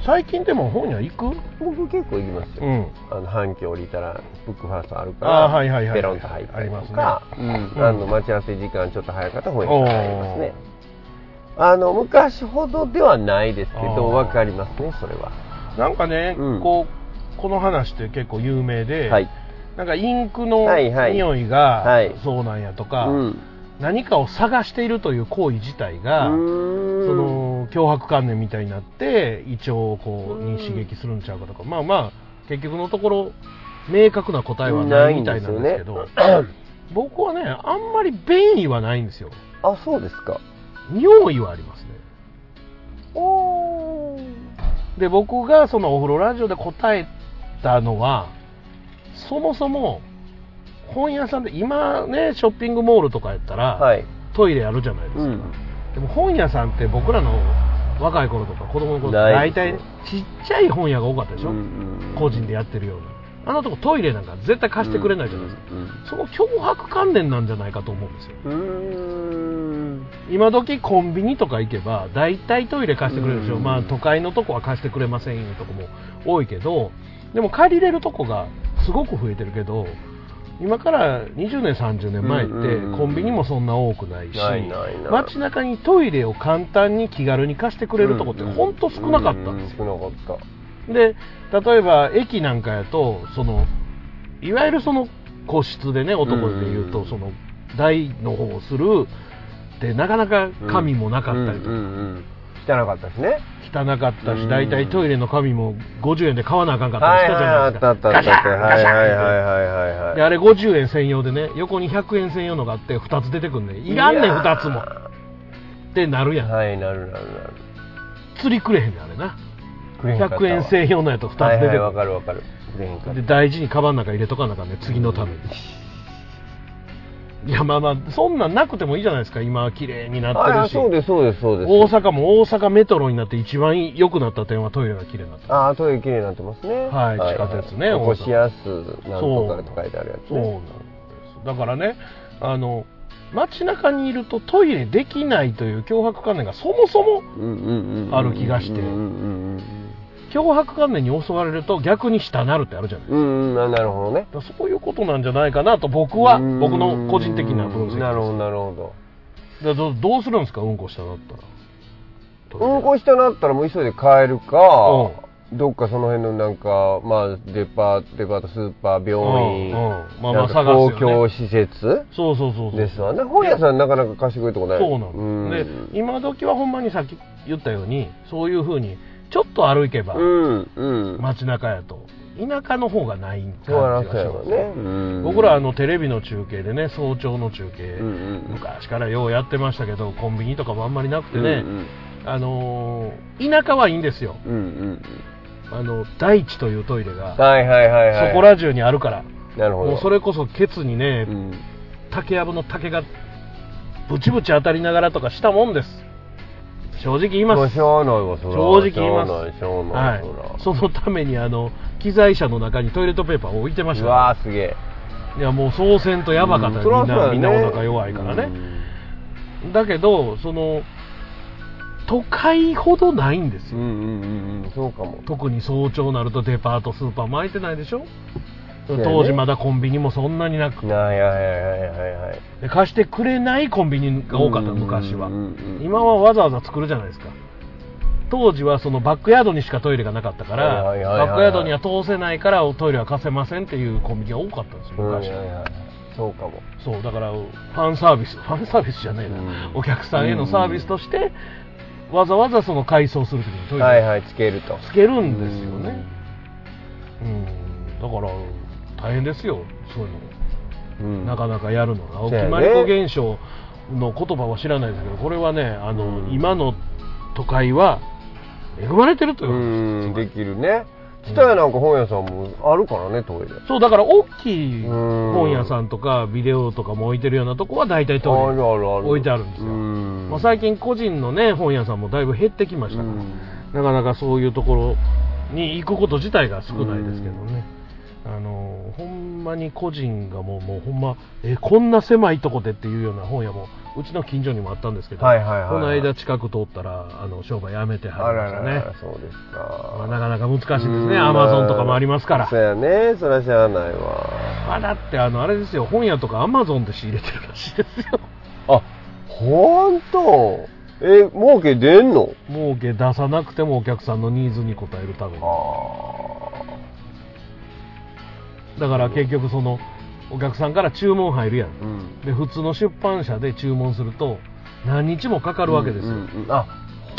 最近でも本屋行く、
僕結構行きますよ。
ん、
あの阪急降りたらブックファーストあるか
あーはいはい
ら
はい
ペロンと入ったりとか
あ
う
りますねうん
んあの待ち合わせ時間ちょっと早かった方に入りますねあの昔ほどではないですけ
あー
どわかりますねそれは
なんかね、
うん
こうこの話って結構有名で、
はい
なんかインクの
はいはい
匂い
は
が
い
そうなんやとか、
うん
何かを探しているという行為自体が、
うーん
その脅迫観念みたいになって胃腸をこうに刺激するんちゃうかとかまあまあ結局のところ明確な答えはないみたいなんですけど 僕はねあんまり便意はないんですよ
あそうですか
尿意はありますね
お
で僕がそのお風呂ラジオで答えたのはそもそも本屋さんで今ねショッピングモールとかやったら、
はい
トイレあるじゃないで
う
すか、
ん
でも本屋さんって僕らの若い頃とか子供の頃って
ない
大
です
体
よ
ちっちゃい本屋が多かったでしょ、
うんうん
個人でやってるようなあのとこトイレなんか絶対貸してくれないじゃないですか、その脅迫観念なんじゃないかと思うんですよ
うんうんうーん
今時コンビニとか行けば大体トイレ貸してくれるでしょ、
うん
まあ都会のとこは貸してくれませんいうとこも多いけどでも借りれるとこがすごく増えてるけど今から20年30年前って
うんうんうん
コンビニもそんな多くないし、
ないないない
街中にトイレを簡単に気軽に貸してくれるとこって本当少なかったんですよ、
うんうん少なかっ
で例えば駅なんかやとそのいわゆるその個室でね男で言うと、
うん
その台の方をするってなかなか
た
紙もなかったりとか、
うんうんうん汚かったですね
汚かったし、
うん
大体トイレの紙も50円で買わなあかんかったり
はい
したじゃ
はい、あ
ないで
っ
す
たあったあっ
か、
たあった。はいはいはいはいはい、
で
は
あれ50円専用でね横に100円専用のがあって2つ出てくんで
い。
いらんねん
やー
2つもってなるやん
はい、なるなるなる。
釣りくれへんねんあれな
クレヘン買ったわ
100円専用のやと2つ出
はい
て
は
く
い、
る、
わかるわかる。クレヘン買っ
で大事にカバンの中入れとかなあかんね次のために、いやまあまあそんなんなくてもいいじゃないですか今は綺麗にな
た。
って
あ
る
あ、
し
そうです、そうです、そうです。
大阪も大阪メトロになって一番良くなった点はトイレが綺麗になった
ああ、トイレ綺麗になってますね。
はい地下鉄ね
起こしやすなんとかと書いてあるやつ
そう
ね。
なんですだからねあの街中にいるとトイレできないという脅迫観念がそもそも
うんうんうん。
ある気がして
うんうんうん
脅迫観念に襲われると逆に下なるってあるじゃない
うん。うんうん、あなるほどね。
だからそういうことなんじゃないかなと僕は
うん
僕の個人的な分析です
なるほど、なるほ
だからどどうするんですかうんこしただったらトイレ
ど。うんこしたなったらもう急いで帰るか、どっかその辺のなんか、まあ、デパート、デパート、スーパー、病院、
うんうんまあまあ
なんか
探すよね
公共施設
そうそうそうそう
ですわね。本屋さんなかなか貸してくれるとこない。
そうなんです、で今時はほんまにさっき言ったようにそういうふうにちょっと歩けば
うん、うん。
街中やと田舎の方がない感じ
そうやな
がし
そうやろ
ます
ね。うん
僕らあ、のテレビの中継でね早朝の中継、
うんうん
昔からようやってましたけどコンビニとかもあんまりなくて
うん
ね、あのー田舎はいいんですよ
うんうん
あの大地というトイレ
うん。
が
はいはいはいはい。
そこら中にあるから、
なるほど。
もうそれこそケツにね、
うん、
竹やぶの竹がブチブチ当たりながらとかしたもんです正直言い
も
ま
う
す
しょうないわ、そら。
正直言います
しょうない、しょう
は
ない、そら。
い、そのためにあの機材車の中にトイレットペーパーを置いてまし
う
たよ
わー、すげえ。
いやもう総選とやばかっ
うん
たよ、みん
そらそう
な
やね
みんなお腹弱いからね、だけどその都会ほどないんです
う
よ、
んうんうんうん、そうかも。
特に早朝なるとデパートスーパーも開いてないでしょ、
そうやね
当時まだコンビニもそんなになく
はいはいはいはいはい。
で貸してくれないコンビニが多かった昔は
うんうんうん
今はわざわざ作るじゃないですか当時はそのバックヤードにしかトイレがなかったから
はいはいはいはい
バックヤードには通せないからおトイレは貸せませんっていうコンビニが多かったんですよ
うんはい
昔は、
はいはい。そうかも。
そうだからファンサービス ファンサービスじゃねえな、
うん
お客さんへのサービスとして、わざわざその改装するときにトイ
はい
レ
はい、つけると。
つけるんですよねうんだから大変ですよそういうの、
うん
なかなかやるのが青
そうや
木
ね
まりこ現象の言葉は知らないですけどこれはねあの、
うん
今の都会は恵まれてるといううことです
ん、できるね。ツタヤなんか本屋さんもあるからね、トイレ。
そう、だから大きい
うん
本屋さんとか、ビデオとかも置いてるようなとこは大体トイレ。
あるある
置いてあるんですよ
うん
まあ、最近個人のね、本屋さんもだいぶ減ってきましたから、なかなかそういうところに行くこと自体が少ないですけどね。あの、ほんまに個人がもう、もうほんま、え、こんな狭いとこでっていうような本屋も、うちの近所にもあったんですけど、
はいはいはいはい
この間近く通ったら、あの、商売やめては
あ
りま
ら
し
ら
た
ら
ね。
そうですか。
まあ、なかなか難しいです
うん
ね。アマゾンとかもありますから
そう。やね、そりゃしゃあないわ。
まあ、だって、あの、あれですよ、本屋とかアマゾンで仕入れてるらしいですよ。
あ、ほんとえ、儲け出んの
儲け出さなくてもお客さんのニーズに応えるために。
あ
だから結局そのお客さんから注文入るやん
あ。うん。
で普通の出版社で注文すると何日もかかるわけですよ
うんうんうんあ、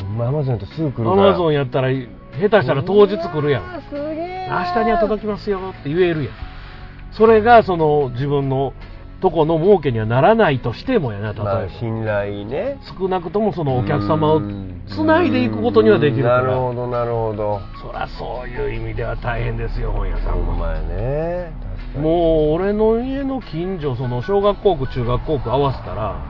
ほんまアマゾンってすぐ来
ア
るから。
マゾンやったら下手したら当日来るやん
あ
明
すげえ
日には届きますよって言えるやんそれがその自分のとこの儲けにはならないとしてもやな例
ま
えば
あ、信頼ね。
少なくともそのお客様をつないでいくことにはできる
う
か
んなる
ら
ほど、なるほど。
そりゃそういう意味では大変ですよ本屋さ
ほ
んも
んまやね。確かに
もう俺の家の近所その小学校区中学校区合わせたら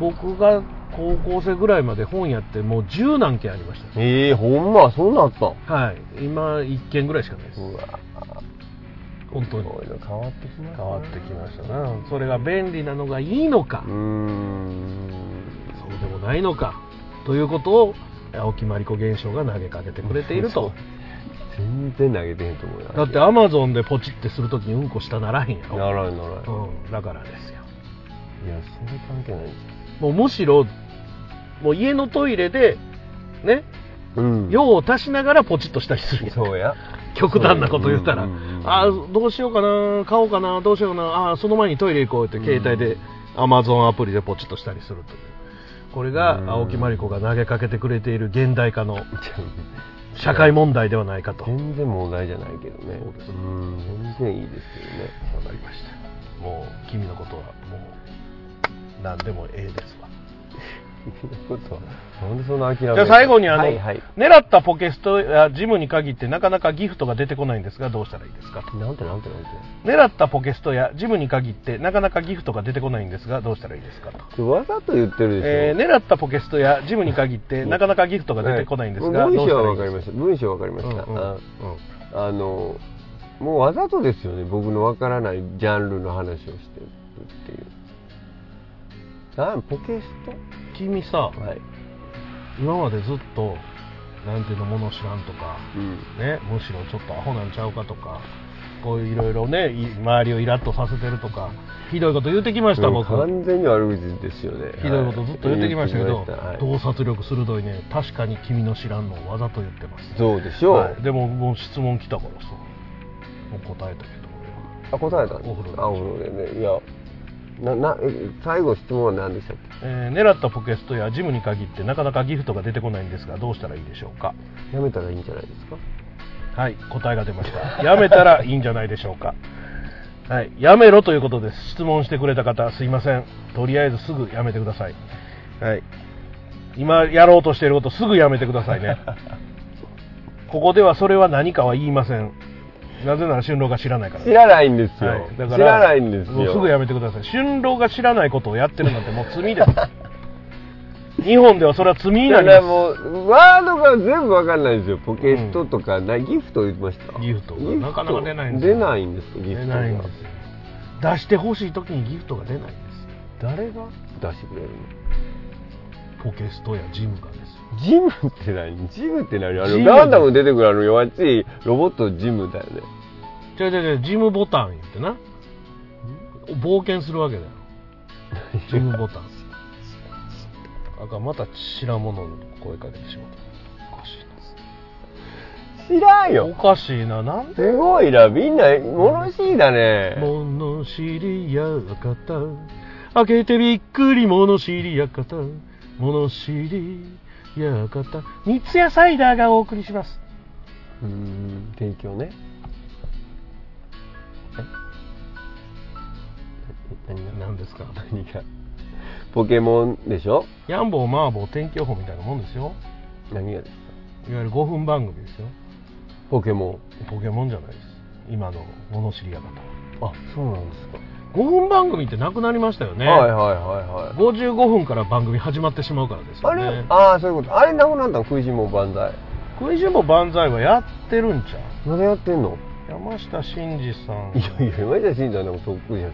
僕が高校生ぐらいまで本屋ってもう十何軒ありました
え
ね
えほんま、そうなったん
はい今一軒ぐらいしかないです
うわ
本当
い
に
ろいろ変わってきました
変わってきましたなそれが便利なのがいいのか
うーん
そうでもないのかということを青木まりこ現象が投げかけてくれていると
全然投げてへんと思うよ
だってアマゾンでポチってするときにうんこしたならへんやろ
ならんならん、い
うん、だからですよ
やそれ関係ない
もうむしろもう家のトイレでね
うん
用を足しながらポチッとしたりするやん
そうや
極端なこと言ったら、
うんうんうん
あーどうしようかな買おうかなどうしようかなあーその前にトイレ行こうって携帯で Amazon アプリでポチッとしたりするというこれ
うん
が青木まりこが投げかけてくれている現代化の
ちゃう
社会問題ではないかと
全然問題じゃないけどね
そうです
ん全然いいですけどね
わかりましたもう君のことはもう何でもええですわ
そんなことはなんでそんな諦め
じゃあ最後にあの、
はいはい
狙ったポケストやジムに限ってなかなかギフトが出てこないんですがどうしたらいいですかと
なんてなんてなんて
狙ったポケストやジムに限ってなかなかギフトが出てこないんですがどうしたらいいですかと、
これわざと言ってるでしょ、
えー狙ったポケストやジムに限ってなかなかギフトが出てこないんですが、
文
どうし
章
た
は
ら
わか
いい
りま
で
し
す
た文章はわかりました、
うんうん
ああのもうわざとですよね僕のわからないジャンルの話をしてるっていうなんポケス
君さ
トはい、
今までずっとなんていうのもの知らんとか
うん、
ねむしろちょっとアホなんちゃうかとかこういういろいろねい周りをイラッとさせてるとかひどいこと言ってきました、
うん
僕
完全に悪口ですよね
ひどいことずっと言ってきましたけど、
はい言ってきましたはい
洞察力鋭いね確かに君の知らんのをわざと言ってます
そうでしょう、
はいでももう質問来たからさもう答えたけど
あ答えたんです
お風呂で
あお風呂でねいやななえ最後質問は何でしたっけ
俺は、えー狙ったポケストやジムに限ってなかなかギフトが出てこないんですがどうしたらいいでしょうか
やめたらいいんじゃないですか
はい答えが出ましたやめたらいいんじゃないでしょうか はいやめろということです質問してくれた方すいませんとりあえずすぐやめてください
はい
今やろうとしていることすぐやめてください ねここではそれは何かは言いませんなぜなら春郎が知らないから
知らないんですよ、
はい、だから
知らないんですよ
もうすぐやめてください春郎が知らないことをやってるなんてもう罪です 日本ではそれは罪にな
だ
り
から
ま
もうワードが全部わかんないんですよポケットとか、なギフト言いました
ギフトがなかなか出ないん
んで
で
す
よ
出ないんです
す
ギフ
出
ト
な
が
いんですよ出してほしい時にギフトが出ないんです誰が
出してくれるの
ポケストやジムがです
ジムって何ジムって何あ
ジ
の
ム
ガンダム出てくるあの弱っちいロボットジムだよね
違う違う違うジムボタン言ってな冒険するわけだ よジムボタンあかんまた知らんものの声かけてしまったおかしい
知らん
な
よ
おかしいななん
すごいなみんな物知りだね
物知りやかた開けてびっくり物知りやかた物知りやかた三ツ矢サイダーがお送りします
うーん提供ねえな何が
何ですか
何がポケモンでしょ
ヤンボーマーボー天気予報みたいなもんですよ
何がです
いわゆる5分番組ですよ
かポケモ
ポケモンじゃないです今の物知りや方
ン。あ、そうなんですか。
5分番組ってなくなりましたよね、
はいはいはいはい。
55分から番組始まってしまうからです
あ
よ
れ
ね、
ああ、そういうこと。あれなくなったの食いしん坊万歳。
食いしん坊万歳はやってるんちゃう
まだやってんの
山下真司さん
いやいや、今じゃ死んだね、もうそっくりで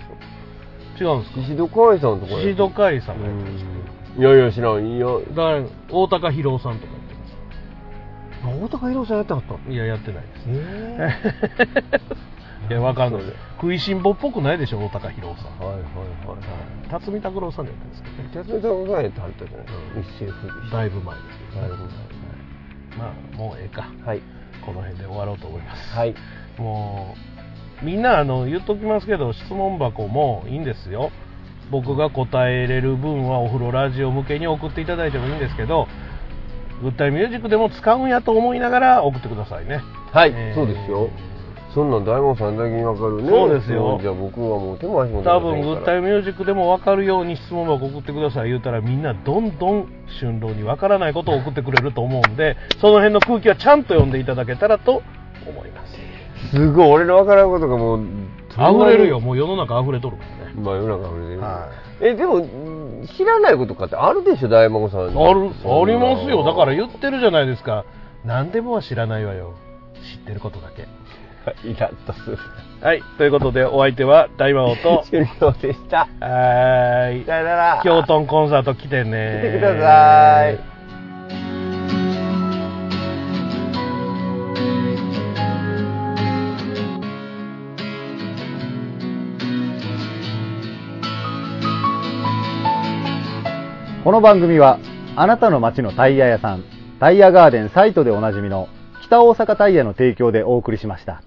し
違うんです
ょ。
か
石戸海さんとかや
シードカイさんがやってるんです
うんいやいや、知らん。いや、
だから大高博夫さんとかやってま
大高洋さんやってはったの
すいややってないです
え
いやわかんない
それ
食いしん坊っぽくないでしょ大高博夫さん
はいはいはい
辰巳拓郎さんじゃないですかね
はい。哲美さんがやってはったじゃない
うん
一世風靡。
だいぶ前ですけどね
だいぶ
まあもうええか
前はい。
この辺で終わろうと思います
はい。
もうみんなあの言っときますけど質問箱もいいんですよ僕が答えれる分はお風呂ラジオ向けに送っていただいてもいいんですけどグッタイミュージックでも使うんやと思いながら送ってくださいね
はい、
えー
そうですよ。そんなん大門さんだけにわかるね。
そうですよ
じゃあ僕はもう手も足も出ま
多
せん
分グ
から
ッタイミュージックでも分かるように質問箱送ってください言うたらみんなどんどん春郎に分からないことを送ってくれると思うんでその辺の空気はちゃんと読んでいただけたらと思います
すごい、俺のわからんことがもう、
溢れるよ。もう世の中溢れとるからね
まあ世の中溢れてる。
は
え、でも、うん知らないことかってあるでしょ、大門さん。
あるありますよだから
よ。
言ってるじゃないですか何でもは知らないわよ知ってることだけ
イラッとする。
はいということでお相手は大魔王 と
終了でした。
はーい
さよなら。
京都コンサート来てね
来てください。
この番組はあなたの街のタイヤ屋さんタイヤガーデンサイトでおなじみの北大阪タイヤの提供でお送りしました。